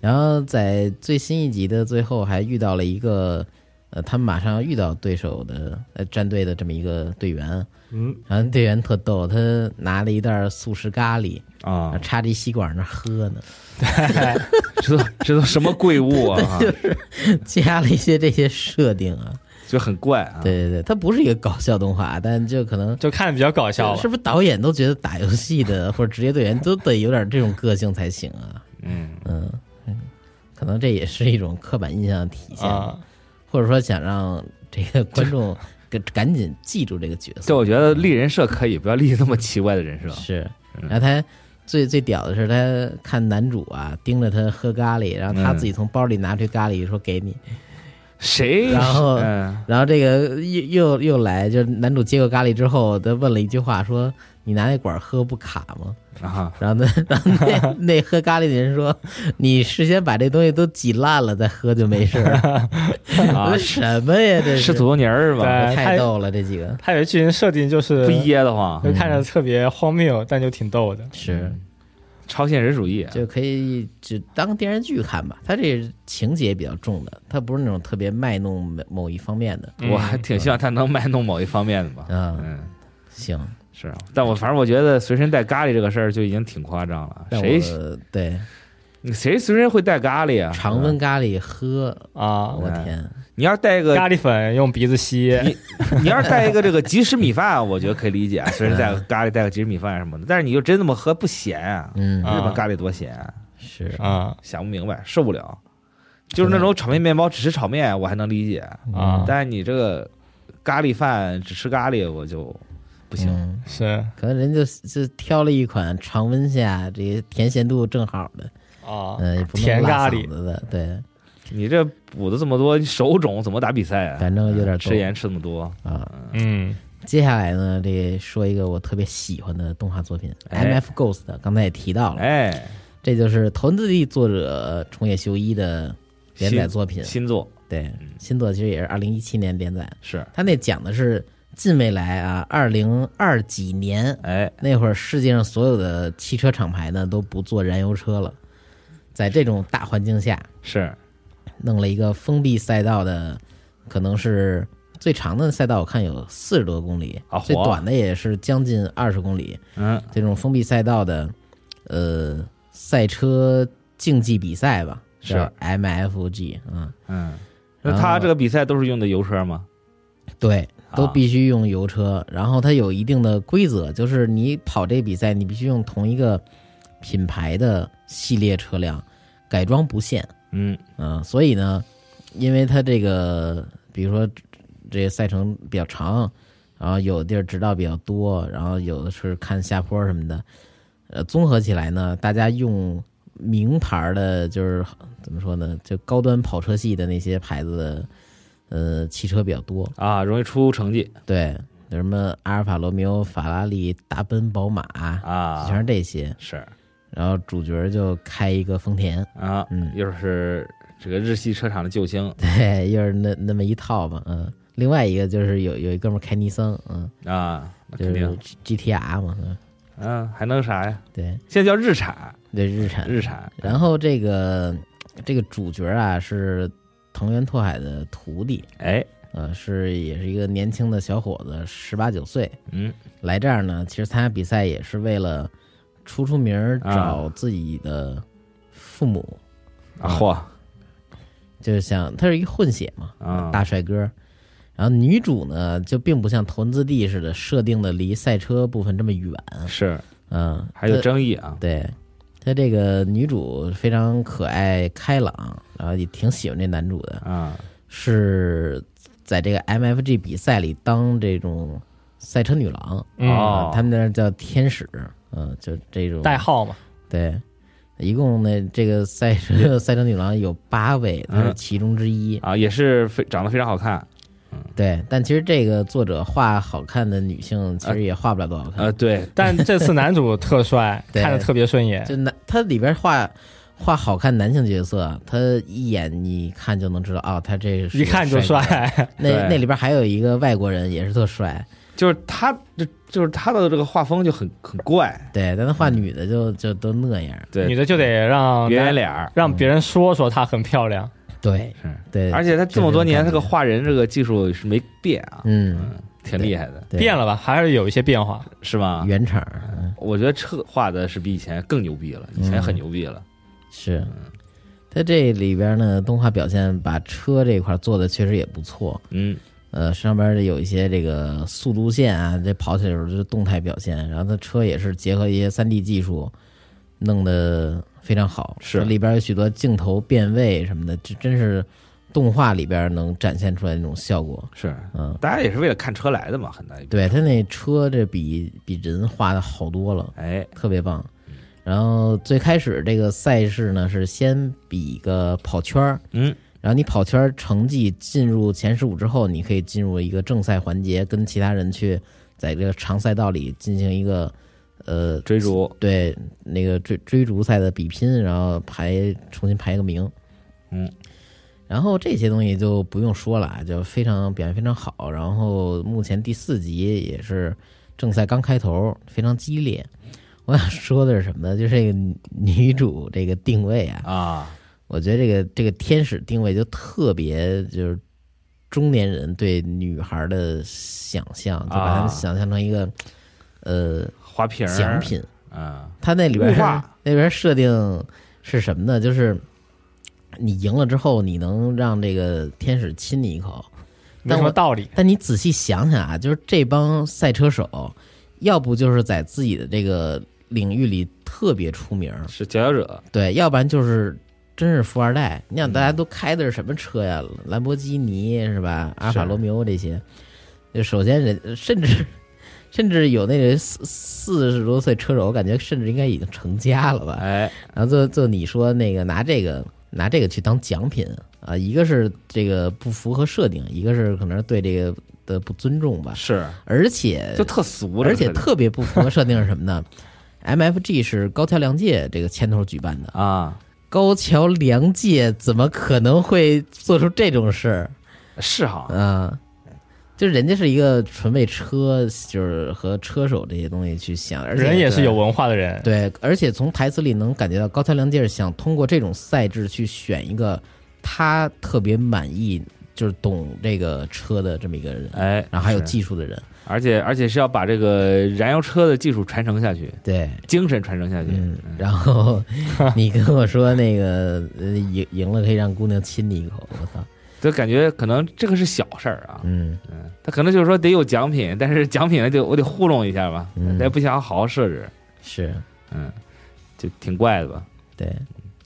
S2: 然后在最新一集的最后还遇到了一个，呃，他们马上要遇到对手的呃战队的这么一个队员，
S5: 嗯，
S2: 然后队员特逗，他拿了一袋速食咖喱，
S3: 啊，
S2: 插着一吸管那儿喝呢，
S3: 这都这都什么贵物 啊？
S2: 加了一些这些设定啊，
S3: 就很怪啊。
S2: 对对对，它不是一个搞笑动画，但就可能。
S5: 就看着比较搞笑吧
S2: 是。不是导演都觉得打游戏 的或者职业队员都得有点这种个性才行啊？
S3: 嗯，
S2: 嗯嗯，可能这也是一种刻板印象的体现吧
S5: 啊，
S2: 或者说想让这个观 众赶赶紧记住这个角
S3: 这
S2: 色。
S3: 我觉得立人设可以，不要立那么奇怪的人设。
S2: 是，
S3: 嗯
S2: 然后他最最屌的是，他看男主啊盯着他喝咖喱，然后他
S3: 嗯
S2: 自己从包里拿出咖喱说给你，
S3: 谁？
S2: 然后
S3: 嗯，
S2: 然后这个又又又来，就是男主接过咖喱之后，他问了一句话说。你拿那管喝不卡吗？
S3: 啊，
S2: 然后呢，然后那 那喝咖喱的人说：“你事先把这东西都挤烂了再喝就没事 儿。我
S3: 啊哎
S2: 说什么呀？这
S3: 是
S2: 是
S3: 土豆泥儿是吧？
S5: 对
S2: 太
S5: 太
S2: 逗了，这几个
S5: 他有一剧情设定就是
S3: 不噎得慌，嗯
S5: 就看着特别荒谬，但就挺逗的。
S2: 是
S3: 超现实主义。
S2: 就可以只当电视剧看吧。它这情节比较重的，它不是那种特别卖弄某某一方面的。
S3: 我还挺希望他能卖弄某一方面的吧。
S2: 嗯，
S3: 嗯，
S2: 行，
S3: 是，啊但我反正我觉得随身带咖喱这个事儿就已经挺夸张了。
S2: 但
S3: 谁
S2: 我对
S3: 你谁随身会带咖喱啊？
S2: 常温咖喱喝，
S5: 啊，
S2: 我天，
S3: 你要带一个
S5: 咖喱粉用鼻子吸，
S3: 你要是带一个这个即食米饭，我觉得可以理解，啊随时带个咖喱，带个即食米饭什么的。但是你就真那么喝不咸啊？
S2: 嗯，
S5: 啊
S3: 日本咖喱多咸、啊，
S2: 是
S5: 啊
S3: 想不明白，受不了。就是那种炒面面包只吃炒面，我还能理解，
S5: 啊，
S3: 但是你这个咖喱饭只吃咖喱，我就不行。
S2: 嗯
S5: 是
S2: 可能人就就挑了一款常温下这个甜咸度正好的，
S5: 啊
S2: 嗯，也不能
S5: 甜
S2: 辣
S5: 咖
S2: 嗓
S5: 喱
S2: 子的，对，
S3: 你这补的这么多，你手肿怎么打比赛啊？
S2: 反正有点
S3: 吃盐吃那么多，
S2: 逗啊。
S5: 嗯
S2: 接下来呢，这说一个我特别喜欢的动画作品《
S3: 哎
S2: M F Ghost》，刚才也提到了，
S3: 哎，
S2: 这就是《头文字 D》作者重野修一的连载作品，
S3: 新作
S2: 对
S3: 嗯，
S2: 新作其实也是二零一七年连载。
S3: 是，
S2: 他那讲的是近未来啊，二零二几年
S3: 哎，
S2: 那会儿，世界上所有的汽车厂牌呢都不做燃油车了，在这种大环境下，
S3: 是
S2: 弄了一个封闭赛道的，可能是最长的赛道，我看有四十多公里
S3: 啊，
S2: 最
S3: 嚯
S2: 短的也是将近二十公里。
S3: 嗯，
S2: 这种封闭赛道的，呃，赛车竞技比赛吧，
S3: 是
S2: 叫 MFG 啊、
S3: 嗯，那他这个比赛都是用的油车吗？
S2: 对，都
S3: 啊
S2: 必须用油车。然后它有一定的规则，就是你跑这比赛，你必须用同一个品牌的系列车辆改装不限，
S3: 嗯
S2: 嗯，所以呢，因为它这个，比如说这赛程比较长，然后有的地儿直道比较多，然后有的是看下坡什么的，呃，综合起来呢，大家用名牌儿的，就是怎么说呢，就高端跑车系的那些牌子的，呃，汽车比较多，
S3: 啊，容易出成绩
S2: 对，有什么阿尔法罗密欧、法拉利、达奔、宝马，
S3: 啊，
S2: 全是这些。
S3: 是
S2: 然后主角就开一个丰田，
S3: 啊，
S2: 嗯
S3: 又是这个日系车厂的救星
S2: 对，又是那那么一套嘛，嗯。另外一个就是有有一哥们儿开尼桑，嗯，
S3: 啊，那
S2: 就
S3: 肯
S2: 是
S3: 定，
S2: G T R 嘛，嗯，
S3: 嗯，还能啥呀？
S2: 对
S3: 现在叫日产，
S2: 对，日产。
S3: 日产，
S2: 然后这个这个主角啊是藤原拓海的徒弟，
S3: 哎，
S2: 呃，是也是一个年轻的小伙子，十八九岁，
S3: 嗯
S2: 来这儿呢，其实参加比赛也是为了出出名儿，
S3: 啊
S2: 找自己的父母，
S3: 啊嚯
S2: 就是想他是一个混血嘛，
S3: 啊
S2: 大帅哥。然后女主呢，就并不像头文字 D 似的设定的离赛车部分这么远，
S3: 是
S2: 嗯，
S3: 还有
S2: 她
S3: 争议啊，
S2: 对，她这个女主非常可爱开朗，然后也挺喜欢这男主的，
S3: 啊
S2: 是在这个 MFG 比赛里当这种赛车女郎，
S5: 嗯，
S2: 啊，
S3: 哦
S2: 他们那儿叫天使，嗯、就这种
S5: 代号嘛，
S2: 对，一共呢，这个赛 车赛车女郎有八位，她是
S3: 嗯
S2: 其中之一。
S3: 啊，也是非长得非常好看，
S2: 对，但其实这个作者画好看的女性，其实也画不了多好看。
S3: 呃，对，
S5: 但这次男主特帅，
S2: 对
S5: 看着特别顺眼，
S2: 就男，他里边画画好看男性角色，他一眼你一看就能知道，哦，他这是
S5: 一看就
S2: 个帅哥。
S5: 帅。
S2: 那
S3: 对
S2: 那里边还有一个外国人也是特帅，
S3: 就是他，就就是他的这个画风就很很怪，
S2: 对，但他画女的就就都那样。
S5: 女
S3: 对，
S5: 的就得让
S3: 圆圆脸儿，
S5: 让别人说说她很漂亮。
S2: 对
S3: 是
S2: 对，
S3: 而且他这么多年，这个画人这个技术是没变啊，
S2: 嗯，
S3: 挺厉害的，
S2: 对
S5: 变了吧，还是有一些变化。
S3: 是吗？
S2: 原厂嗯
S3: 我觉得车画的是比以前更牛逼了，以前很牛逼了，
S2: 是。他这里边呢，动画表现把车这块做的确实也不错，
S3: 嗯
S2: 呃，上边有一些这个速度线啊，这跑起来的时候就是动态表现，然后它车也是结合一些3 D 技术，弄得非常好。
S3: 是
S2: 这里边有许多镜头变位什么的，这真是动画里边能展现出来那种效果。
S3: 是，
S2: 嗯，
S3: 大家也是为了看车来的嘛，很大一部分，
S2: 对，它那车这比比人画的好多了，
S3: 哎，
S2: 特别棒。然后最开始这个赛事呢是先比一个跑圈儿，
S3: 嗯
S2: 然后你跑圈儿成绩进入前十五之后，你可以进入一个正赛环节，跟其他人去在这个长赛道里进行一个呃
S3: 追逐，
S2: 对那个追追逐赛的比拼，然后排重新排个名。
S3: 嗯，
S2: 然后这些东西就不用说了啊，就非常表现非常好。然后目前第四集也是正赛刚开头，非常激烈。我想说的是什么呢？就是这个女主这个定位啊，
S3: 啊，
S2: 我觉得这个这个天使定位就特别就是中年人对女孩的想象，就把她
S3: 啊
S2: 们想象成一个、呃
S3: 花瓶儿
S2: 奖，品。
S3: 啊，
S2: 它那里边
S3: 物化
S2: 那边设定是什么呢？就是你赢了之后，你能让这个天使亲你一口，
S5: 没什么道理。
S2: 但你仔细想想啊，就是这帮赛车手，要不就是在自己的这个领域里特别出名，
S3: 是佼佼者，
S2: 对，要不然就是真是富二代。你想，大家都开的是什么车呀？兰博基尼是吧？阿尔法罗密欧这些。就首先人，甚至 甚至有那个四四十多岁车手，我感觉甚至应该已经成家了吧。
S3: 哎，
S2: 然后就就你说那个拿这个拿这个去当奖品啊，一个是这个不符合设定，一个是可能是对这个的不尊重吧，
S3: 哎是，
S2: 而且
S3: 就特俗，
S2: 哎而且
S3: 这个
S2: 特别不符合设定是什么呢？MFG 是高桥良介这个牵头举办的，
S3: 啊，
S2: 高桥良介怎么可能会做出这种事儿
S3: 是哈，
S2: 啊？就是人家是一个纯为车，就是和车手这些东西去想，而且
S5: 人也是有文化的人，
S2: 对，而且从台词里能感觉到高桥良介是想通过这种赛制去选一个他特别满意，就是懂这个车的这么一个人，
S3: 哎，
S2: 然后还有
S3: 是
S2: 技术的人，
S3: 而且而且是要把这个燃油车的技术传承下去，
S2: 对，
S3: 精神传承下去。
S2: 嗯，然后你跟我说那个呃赢赢了可以让姑娘亲你一口，我操，
S3: 就感觉可能这个是小事儿啊，
S2: 嗯。
S3: 嗯，他可能就是说得有奖品，但是奖品呢，就我得糊弄一下吧，
S2: 嗯
S3: 咱也不想好好设置，
S2: 是，
S3: 嗯，就挺怪的吧？
S2: 对，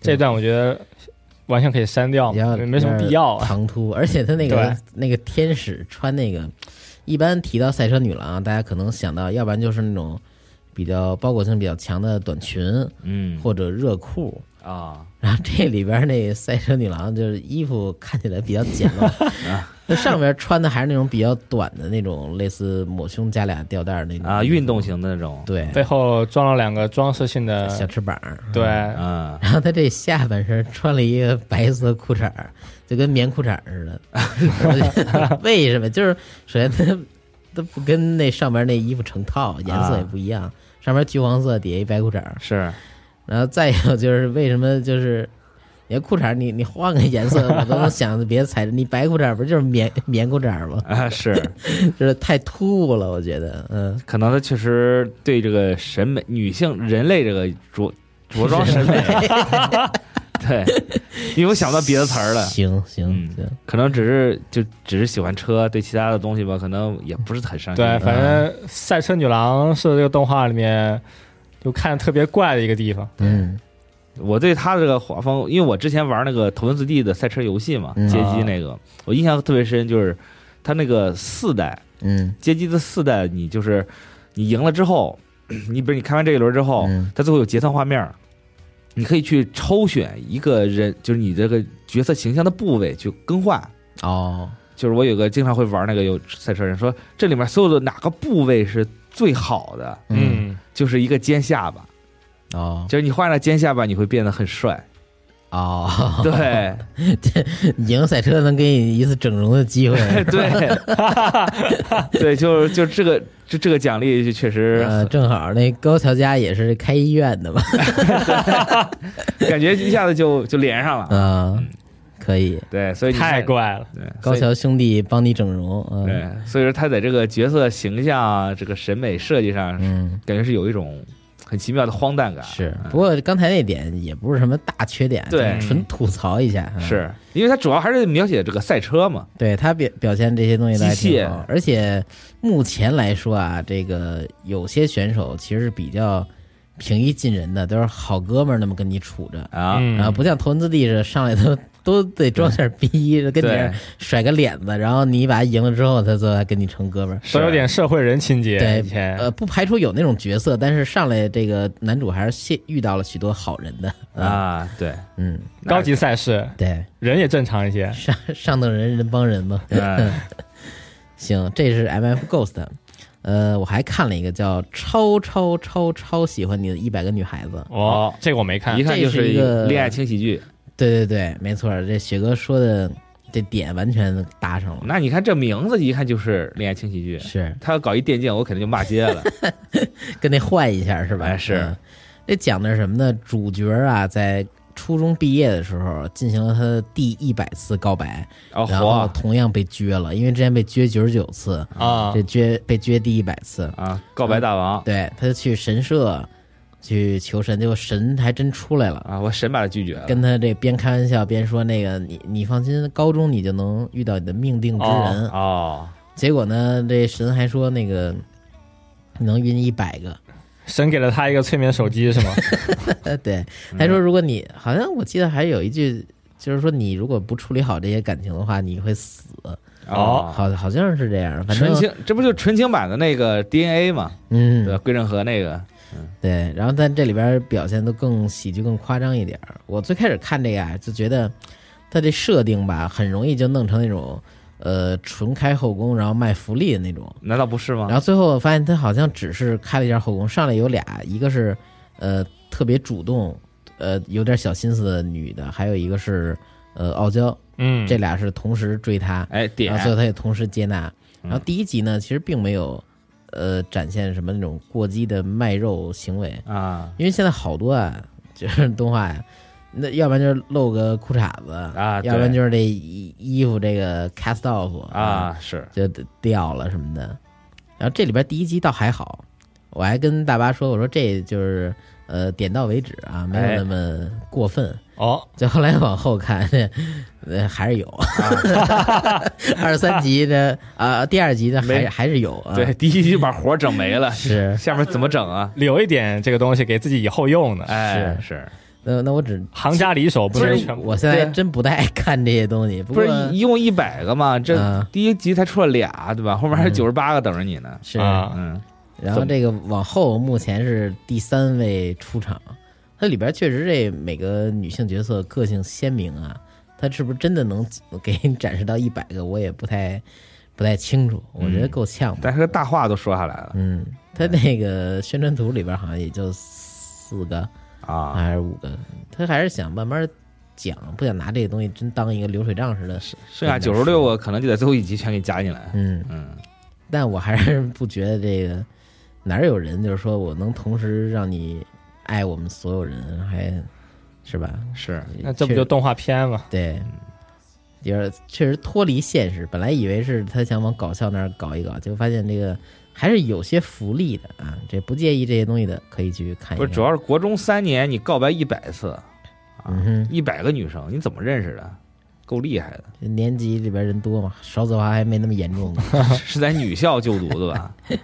S5: 这段我觉得完全可以删掉，
S2: 要
S5: 没什么必要啊。
S2: 唐突，而且他那个
S5: 对
S2: 那个天使穿那个，一般提到赛车女郎啊，大家可能想到，要不然就是那种比较包裹性比较强的短裙
S3: 嗯
S2: 或者热裤。
S3: 啊，
S2: 然后这里边那赛车女郎就是衣服看起来比较简陋，
S3: 啊
S2: 那上边穿的还是那种比较短的那种，类似抹胸加俩吊带儿那种
S3: 啊，运动型的那种，
S2: 对
S5: 背后装了两个装饰性的，
S2: 小啊翅膀儿，
S5: 对，
S3: 嗯，
S2: 然后他这下半身穿了一个白色裤衩儿，就跟棉裤衩儿似的。我就为什么？就是首先他他不跟那上边那衣服成套，颜色也不一样，上边橘黄色，底下一白裤衩儿。
S3: 是
S2: 然后再有就是为什么就是你的裤衩儿你你换个颜色，我都能想着别的材质。你白裤衩儿不就是棉 棉裤衩儿吗？
S3: 啊，是，
S2: 就是太突兀了，我觉得，嗯。
S3: 可能他确实对这个审美，女性人类这个着着装 审美，对，因为我想不到别的词儿了。
S2: 行行
S3: 嗯
S2: 行，
S3: 可能只是就只是喜欢车，对其他的东西吧，可能也不是很上心。
S2: 啊
S5: 对，反正赛车女郎是这个动画里面就看着特别怪的一个地方。
S2: 嗯
S3: 我对他这个画风，因为我之前玩那个《头文字 D》的赛车游戏嘛，
S2: 嗯
S3: 街机那个，我印象特别深，就是他那个四代
S2: 嗯
S3: 街机的四代，你就是你赢了之后，你比如你开完这一轮之后，
S2: 嗯
S3: 它最后有结算画面儿，你可以去抽选一个人，就是你这个角色形象的部位去更换。
S2: 哦，
S3: 就是我有个经常会玩那个有赛车人说，这里面所有的哪个部位是最好的，
S5: 嗯，
S3: 就是一个尖下巴，
S2: 哦
S3: 就是你换了尖下巴，你会变得很帅。
S2: 哦，
S3: 对，
S2: 赢赛车能给你一次整容的机 会，
S3: 对，对，就是就这个就这个奖励就确实
S2: 呃，正好那高桥家也是开医院 的嘛，
S3: 感觉一下子就就连上了。
S2: 啊，可以，
S3: 对，所以你看
S5: 太怪了。
S3: 对
S2: 高
S3: 所以
S2: 桥兄弟帮你整容，嗯
S3: 对，所以说他在这个角色形象啊、这个审美设计上，
S2: 嗯，
S3: 感觉是有一种很奇妙的荒诞感。
S2: 是，
S3: 嗯
S2: 不过刚才那点也不是什么大缺点，
S3: 对
S2: 就是纯吐槽一下，嗯
S3: 是因为他主要还是描写这个赛车嘛，
S2: 对他表表现这些东西都还
S3: 机
S2: 挺
S3: 械
S2: 好，而且目前来说啊，这个有些选手其实是比较平易近人的，都是好哥们儿那么跟你处着，
S3: 啊，
S5: 嗯
S2: 啊，不像头文字 D 似的，上来都都得装点逼，跟你
S3: 对
S2: 甩个脸子，然后你把他赢了之后，他最后还跟你成哥们儿。
S3: 是
S5: 都有点社会人情节。
S2: 对
S5: 以前，
S2: 呃，不排除有那种角色，但是上来这个男主还是现遇到了许多好人的。
S3: 啊，对，
S2: 嗯，
S5: 高级赛事
S2: 对，
S5: 人也正常一些。
S2: 上上等人人帮人嘛。
S3: 嗯
S2: 行，这是 M F Ghost。呃，我还看了一个叫《超超超超喜欢你的一百个女孩子》。
S5: 哦，这个我没看
S3: 一。看就
S2: 这是一
S3: 一
S2: 个
S3: 个恋爱轻喜剧。
S2: 对对对，没错，这雪哥说的这点完全搭上了。
S3: 那你看这名字一看就是恋爱轻喜剧，
S2: 是，
S3: 他要搞一电竞，我肯定就骂 街了。
S2: 跟那换一下是吧？
S3: 哎是
S2: 嗯这讲的是什么呢？主角啊，在初中毕业的时候进行了他的第一百次告白，
S3: 哦，
S2: 然
S3: 火
S2: 后
S3: 啊
S2: 同样被撅了，因为之前被撅九十九次，
S5: 啊
S2: 这撅被撅第一百次，
S3: 啊！告
S2: 嗯
S3: 白大王
S2: 对，他就去神社去求神，结果神还真出来了。
S3: 啊，我神把他拒绝了。
S2: 跟他这边开玩笑边说那个你你放心，高中你就能遇到你的命定之人。
S3: 哦，
S2: 结果呢，这神还说那个能晕一百个，
S5: 神给了他一个催眠手机是吗？
S2: 呃，对，
S3: 嗯
S2: 他说如果你好像我记得还有一句，就是说你如果不处理好这些感情的话，你会死，
S3: 哦，
S2: 嗯好好像是这样，反
S3: 纯
S2: 正
S3: 情，这不就纯情版的那个 DNA 嘛？对吧，
S2: 嗯
S3: 归正和那个
S2: 对，然后在这里边表现都更喜剧、更夸张一点儿。我最开始看这个啊，就觉得他这设定吧，很容易就弄成那种呃纯开后宫，然后卖福利的那种。
S3: 难道不是吗
S2: 然？后最后我发现他好像只是开了一下后宫，上来有俩，一个是呃特别主动，呃有点小心思的女的，还有一个是呃傲娇，
S5: 嗯，
S2: 这俩是同时追他，
S3: 哎，点
S2: 然后最后他也同时接纳。
S3: 嗯
S2: 然后第一集呢，其实并没有呃展现什么那种过激的卖肉行为，
S3: 啊
S2: 因为现在好多啊，就是 动画呀、那要不然就是露个裤衩子
S3: 啊对
S2: 要不然就是这衣衣服这个 cast off
S3: 啊是
S2: 就掉了什么的。然后这里边第一集倒还好，我
S3: 哎
S2: 还跟大巴说，我说这就是呃点到为止啊，没有那么过分。
S5: 哦，
S2: 就后来往后看， 呃，还是有， 二三集的啊，第二集的还
S3: 啊没
S2: 还是有啊，
S3: 对，，第一集就把活儿整没了，
S2: 是
S3: 下面怎么整啊？
S5: 留一点这个东西给自己以后用的，
S3: 哎，是，
S2: 那那我只
S5: 行家里手不能
S3: 不是
S5: 全部。
S2: 我现在
S3: 对
S2: 真不太爱看这些东西，不
S3: 不
S2: 过
S3: 是一一共一百个嘛？这
S2: 嗯
S3: 第一集才出了俩，对吧？后面还有
S2: 嗯
S3: 九十八个等着你呢。
S2: 是，
S5: 啊
S3: 嗯，
S2: 然后这个往后目前是第三位出场，它里边确实这每个女性角色个性鲜明啊，它是不是真的能 给你展示到一百个，我也不太不太清楚，我觉得够呛吧。
S3: 嗯但是哎个大话都说下来了
S2: 嗯，它那个宣传图里边好像也就四个
S3: 啊，
S2: 还是五个，他还是想慢慢讲，不想拿这个东西真当一个流水账似的。
S3: 剩下九十六个可能就在最后一集全给加进来。
S2: 嗯，
S3: 嗯，
S2: 但我还是不觉得这个哪儿有人就是说我能同时让你爱我们所有人，还是吧？
S3: 是，
S5: 那这不就
S2: 确
S5: 动画片吗？
S2: 对？有点确实脱离现实，本来以为是他想往搞笑那儿搞一搞，结果发现这个还是有些福利的啊。这不介意这些东西的，可以去看一看。
S3: 不是主要是国中三年你告白一百次，啊
S2: 嗯哼，
S3: 一百个女生，你怎么认识的？够厉害 的，
S2: 这年级里边人多嘛，少子化还没那么严 重呢。
S3: 是在女校就读的吧？ 嗯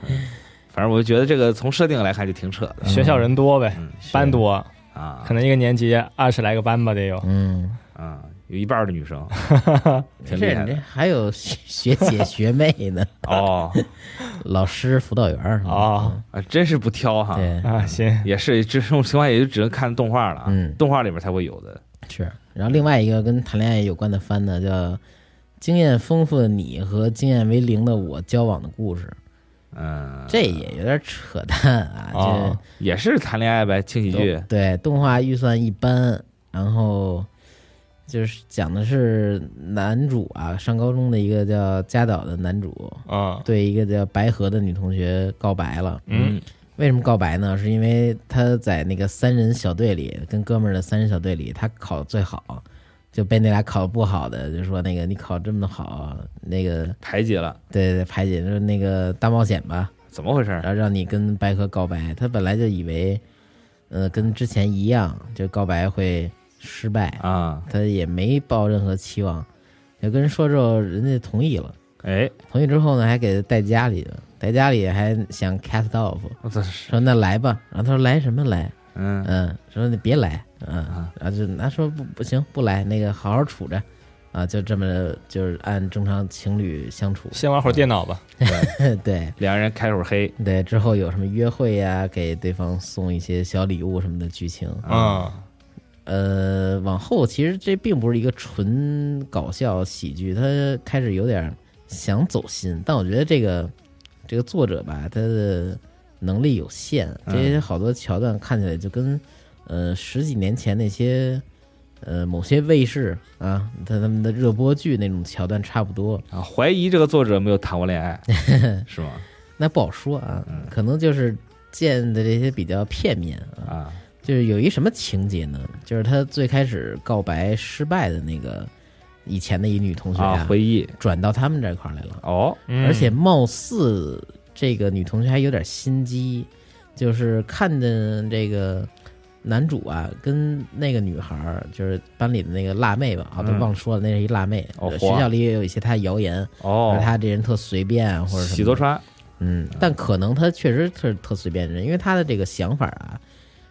S3: 反正我就觉得这个从设定来看就挺扯的
S5: 学校人多呗，
S3: 嗯
S5: 班多，
S3: 啊
S5: 可，能一个年级二十来个班吧，得有。
S2: 嗯，
S3: 啊，有一半的女生
S2: 没事
S3: 挺厉害
S2: 你这
S3: 的
S2: 还有学学姐学妹呢，
S3: 哦
S2: 老师、辅导员儿什么的
S5: 哦
S3: 啊，真是不挑哈。
S2: 对，
S5: 啊，行，
S3: 也是这种情况，也就只能看动画了啊，
S2: 嗯
S3: 动画里面才会有的。
S2: 是。然后另外一个跟谈恋爱有关的番呢，叫《经验丰富的你和经验为零的我交往的故事》，
S3: 嗯，
S2: 这也有点扯淡啊。
S5: 哦
S2: 这
S3: 也是谈恋爱呗，轻喜剧嗯
S2: 动对动画预算一般，然后就是讲的是男主啊，上高中的一个叫加岛的男主
S5: 嗯
S2: 对一个叫白河的女同学告白了。
S5: 嗯，
S2: 为什么告白呢？是因为他在那个三人小队里，跟哥们儿的三人小队里，他考得最好，就被那俩考得不好的就说那个你考这么好，啊那个
S3: 排挤了，
S2: 对对排解就是那个大冒险吧，
S3: 怎么回事
S2: 然？后让你跟白河告白。他本来就以为，呃，跟之前一样，就告白会失败，
S3: 啊，
S2: 他也没抱任何期望，就跟人说之后，人家同意了，
S3: 哎，
S2: 同意之后呢，还给他带家里了，带家里还想 cast off。
S3: 我这是，
S2: 说那来吧，然后他说来什么来？
S3: 嗯，
S2: 嗯，说你别来，嗯
S3: 啊，
S2: 然后就那说不不行不来，那个好好处着，啊，就这么就是按正常情侣相处，
S5: 先玩会儿电脑吧。
S2: 对
S3: 两个人开会黑，
S2: 对，之后有什么约会呀、给对方送一些小礼物什么的剧情，
S5: 嗯，
S2: 呃，往后其实这并不是一个纯搞笑喜剧，它开始有点想走心，但我觉得这个这个作者吧，他的能力有限，这些好多桥段看起来就跟呃十几年前那些呃某些卫视啊，他他们的热播剧那种桥段差不多，
S3: 啊，怀疑这个作者没有谈过恋 爱，是吗？
S2: 那不好说啊，可能就是见的这些比较片面啊，
S3: 啊，
S2: 就是有一什么情节呢？就是他最开始告白失败的那个以前的一女同学
S3: 啊，回忆
S2: 转到他们这块儿来了，
S3: 哦，
S5: 嗯
S2: 而且貌似这个女同学还有点心机，就是看着这个男主啊跟那个女孩儿，就是班里的那个辣妹吧，啊，都
S3: 嗯
S2: 忘了说了，那是一辣妹。
S3: 哦
S2: 呃
S3: 嚯
S2: 学校里也有一些她谣言，
S3: 哦
S2: 说，她这人特随便啊或者什么的。
S3: 喜多川，
S2: 嗯，但可能他确实是特随便人，因为他的这个想法啊，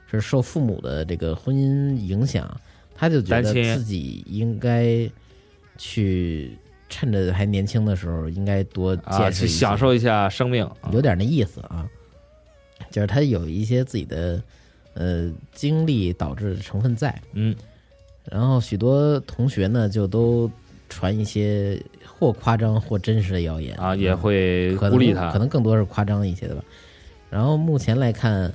S2: 是受父母的这个婚姻影响，他就觉得
S3: 单亲
S2: 自己应该去趁着还年轻的时候，应该多
S3: 啊，
S2: 见识
S3: 去
S2: 一下
S3: 享，受一下生命，啊
S2: 有点那意思啊。就是他有一些自己的呃经历导致的成分在，
S3: 嗯，
S2: 然后许多同学呢就都传一些或夸张或真实的谣言
S3: 啊，也
S2: 嗯
S3: 会
S2: 可
S3: 孤立
S2: 能
S3: 他
S2: 可，能更多是夸张一些的吧。然后目前来看，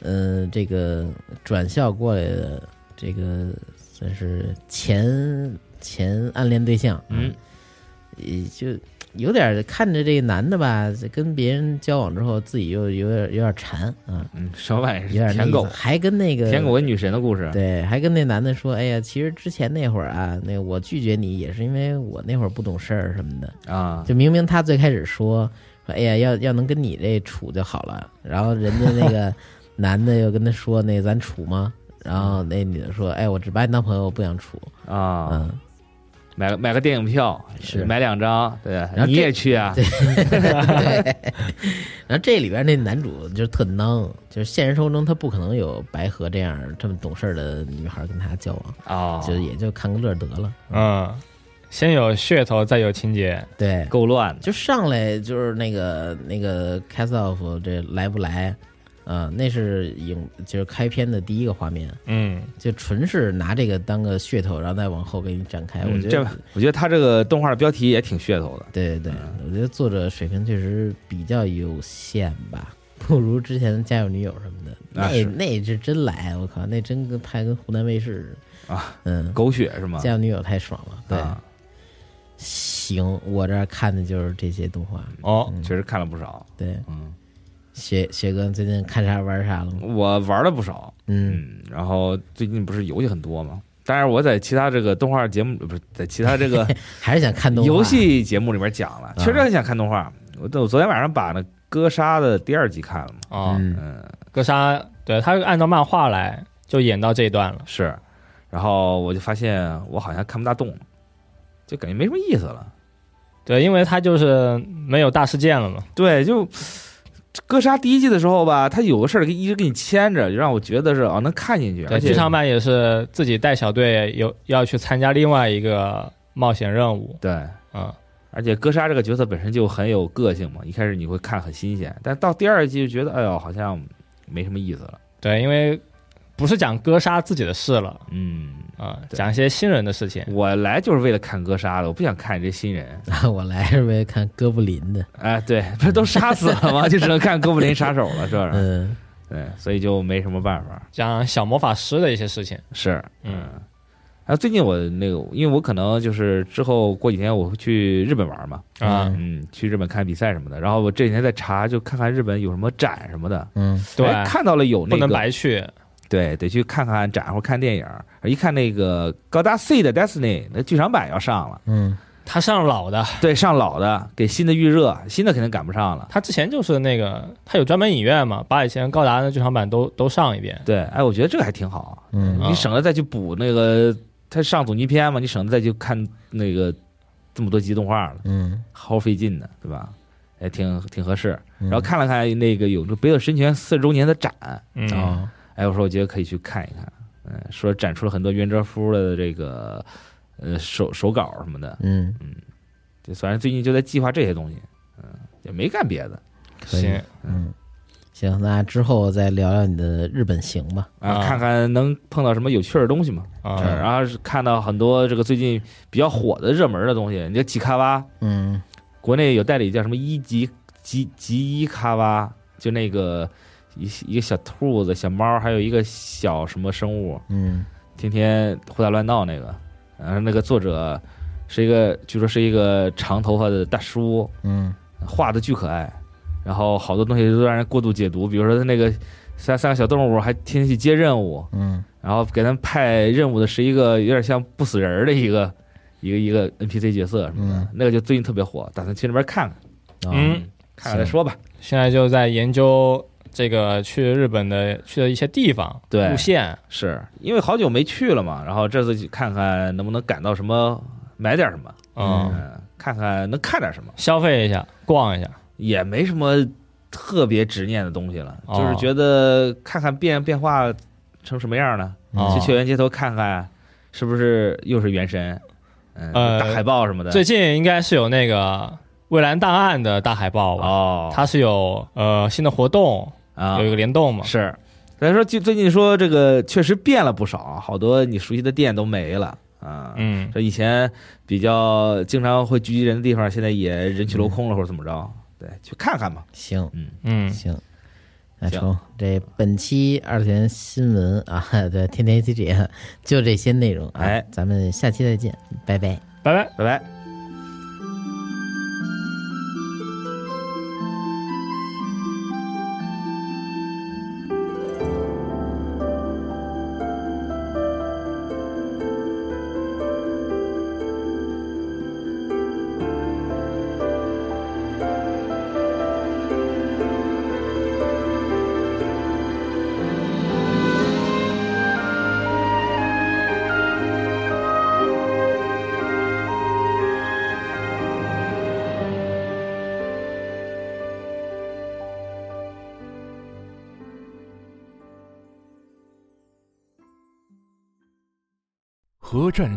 S2: 嗯、这个转校过来的这个算是前前暗恋对象，啊
S3: 嗯，
S2: 也就有点儿看着这个男的吧，跟别人交往之后，自己又有点有点馋啊，
S3: 嗯，什么玩意
S2: 有点那
S3: 儿？舔
S2: 意思
S3: 狗，
S2: 还跟那个
S3: 舔狗跟女神的故事，
S2: 对，还跟那男的说，哎呀，其实之前那会儿啊，那我拒绝你也是因为我那会儿不懂事儿什么的，
S3: 啊，
S2: 就明明他最开始说说，哎呀，要要能跟你这处就好了，然后人家那个男的又跟他说，那咱处吗？然后那女的说：“哎，我只把你当朋友，我不想处。”
S3: 啊，
S2: 嗯，
S3: 买个买个电影票，
S2: 是
S3: 买两张，对
S2: 后，
S3: 你
S2: 这
S3: 也去啊？
S2: 然后这里边那男主就是特囊，就是现实生活中他不可能有白河这样这么懂事儿的女孩跟他交往，
S3: 啊，
S2: 就是也就看个乐儿得了。
S5: 嗯，先有噱头，再有情节，
S2: 对，
S3: 够乱的
S2: 就上来就是那个那个 cast off 这来不来？啊、那是影就是开篇的第一个画面，
S5: 嗯，
S2: 就纯是拿这个当个噱头，然后再往后给你展开。哎我
S3: 嗯
S2: 觉
S3: 这
S2: 得，
S3: 我觉得他这个动画的标题也挺噱头的。
S2: 对对对，
S3: 嗯
S2: 我觉得作者水平确实比较有限吧，不如之前的《家有女友》什么的。
S3: 啊
S2: 那
S3: 是
S2: 那是真来，我靠，那真跟拍跟湖南卫视
S3: 啊，
S2: 嗯，
S3: 狗血是吗？
S2: 《家有女友》太爽了。对，
S3: 啊，
S2: 行，我这儿看的就是这些动画。
S5: 哦，
S3: 确实看了不少。
S2: 对，
S3: 嗯，
S2: 学学哥最近看啥玩啥了吗？
S3: 我玩了不少。
S2: 嗯
S3: 嗯，然后最近不是游戏很多吗？当然，我在其他这个动画节目不是在其他这个
S2: 还是想看 动画啊
S3: 游戏节目里面讲了，确实很想看动画。我我昨天晚上把那《哥杀》的第二集看了嘛，
S5: 哦，
S2: 嗯，
S3: 嗯，
S5: 哥杀，对他按照漫画来，就演到这一段了，
S3: 是，然后我就发现我好像看不大动了，就感觉没什么意思了。
S5: 对，因为他就是没有大事件了嘛，
S3: 对，就哥杀第一季的时候吧，他有个事儿给一直给你牵着，就让我觉得是啊能看进去，
S5: 对，
S3: 而且
S5: 剧场版也是自己带小队有要去参加另外一个冒险任务，
S3: 对，
S5: 嗯，
S3: 而且哥杀这个角色本身就很有个性嘛，一开始你会看很新鲜，但到第二季就觉得哎呦好像没什么意思了，
S5: 对，因为不是讲哥杀自己的事了。
S3: 嗯。
S5: 啊、
S3: 对嗯
S5: 讲一些新人的事情。
S3: 我来就是为了看哥杀的，我不想看你这新人。
S2: 我来是为了看哥布林的，
S3: 哎，对，不是都杀死了吗？就 只能看哥布林杀手了，这是。
S2: 嗯，
S3: 对，所以就没什么办法。
S5: 讲小魔法师的一些事情。
S3: 是，
S5: 嗯。
S3: 啊，最近我那个，因为我可能就是之后过几天我会去日本玩嘛，
S5: 啊、
S3: 嗯，去日本看比赛什么的。然后我这几天在查，就看看日本有什么展什么的。
S2: 嗯，
S5: 对，
S3: 哎看到了有
S5: 不
S3: 那
S5: 能
S3: 个，
S5: 白去。
S3: 对，得去看看展或看电影。一看那个《高达 C 的 Destiny》那剧场版要上了，
S2: 嗯，
S5: 他上老的，
S3: 对，上老的给新的预热，新的肯定赶不上了。
S5: 他之前就是那个，他有专门影院嘛，把以前高达的剧场版都都上一遍。
S3: 对，哎，我觉得这个还挺好，
S2: 嗯
S5: 啊
S3: 你省得再去补那个，他上总集篇嘛，你省得再去看那个这么多集动画了。
S2: 嗯，
S3: 好费劲的，对吧？也挺挺合适。
S2: 嗯
S3: 然后看了看那个有这《北斗神拳》四十周年的展，
S5: 嗯，
S2: 哦，
S3: 哎，我说我觉得可以去看一看。嗯，说展出了很多袁哲夫的这个呃手手稿什么的。
S2: 嗯，
S3: 就反正最近就在计划这些东西，嗯，也没干别的
S2: 可以
S5: 行，
S2: 嗯，行，那之后再聊聊你的日本行吧，
S3: 啊，
S5: 啊
S3: 看看能碰到什么有趣儿的东西嘛。
S5: 啊、
S3: 嗯然后是看到很多这个最近比较火的热门的东西，你这吉卡哇，
S2: 嗯
S3: 国内有代理叫什么一级吉吉一卡哇，就那个一一个小兔子、小猫，还有一个小什么生物，
S2: 嗯
S3: 天天胡打乱闹那个。然后那个作者是一个，据说是一个长头发的大叔，
S2: 嗯
S3: 画的巨可爱。然后好多东西都让人过度解读，比如说他那个三三个小动物还天天去接任务，
S2: 嗯
S3: 然后给他们派任务的是一个有点像不死人儿的一个一个一个 NPC 角色什么的，
S2: 嗯
S3: 那个就最近特别火，打算去那边看看。啊
S2: 哦
S5: 嗯，
S3: 看看再说吧。
S5: 现在就在研究这个去日本的去的一些地方
S3: 对
S5: 路线。啊
S3: 是因为好久没去了嘛，然后这次去看看能不能赶到什么，买点什么，
S5: 嗯，
S3: 嗯，看看能看点什么，
S5: 消费一下，逛一下。
S3: 也没什么特别执念的东西了，
S5: 哦
S3: 就是觉得看看变变化成什么样呢？
S5: 哦
S3: 去雀园街头看看，是不是又是原神？嗯，
S5: 呃
S3: 大海报什么的。
S5: 最近应该是有那个《蔚蓝档案》的大海报吧？
S3: 哦，
S5: 它是有呃新的活动，
S3: 啊
S5: 啊有一个联动嘛？
S3: 是。所以说，就最近说这个确实变了不少，啊好多你熟悉的店都没了啊。
S5: 嗯，
S3: 这以前比较经常会聚集人的地方，现在也人去楼空了，或者怎么着？对，去看看吧。
S2: 行
S5: 嗯，
S2: 行。那
S3: 行
S2: 成，这本期二次元新闻啊， 对，天天 A C G 啊，就这些内容啊，
S3: 哎
S2: 咱们下期再见，拜拜。
S5: 拜拜。
S3: 拜拜。
S4: 核战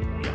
S4: 模样。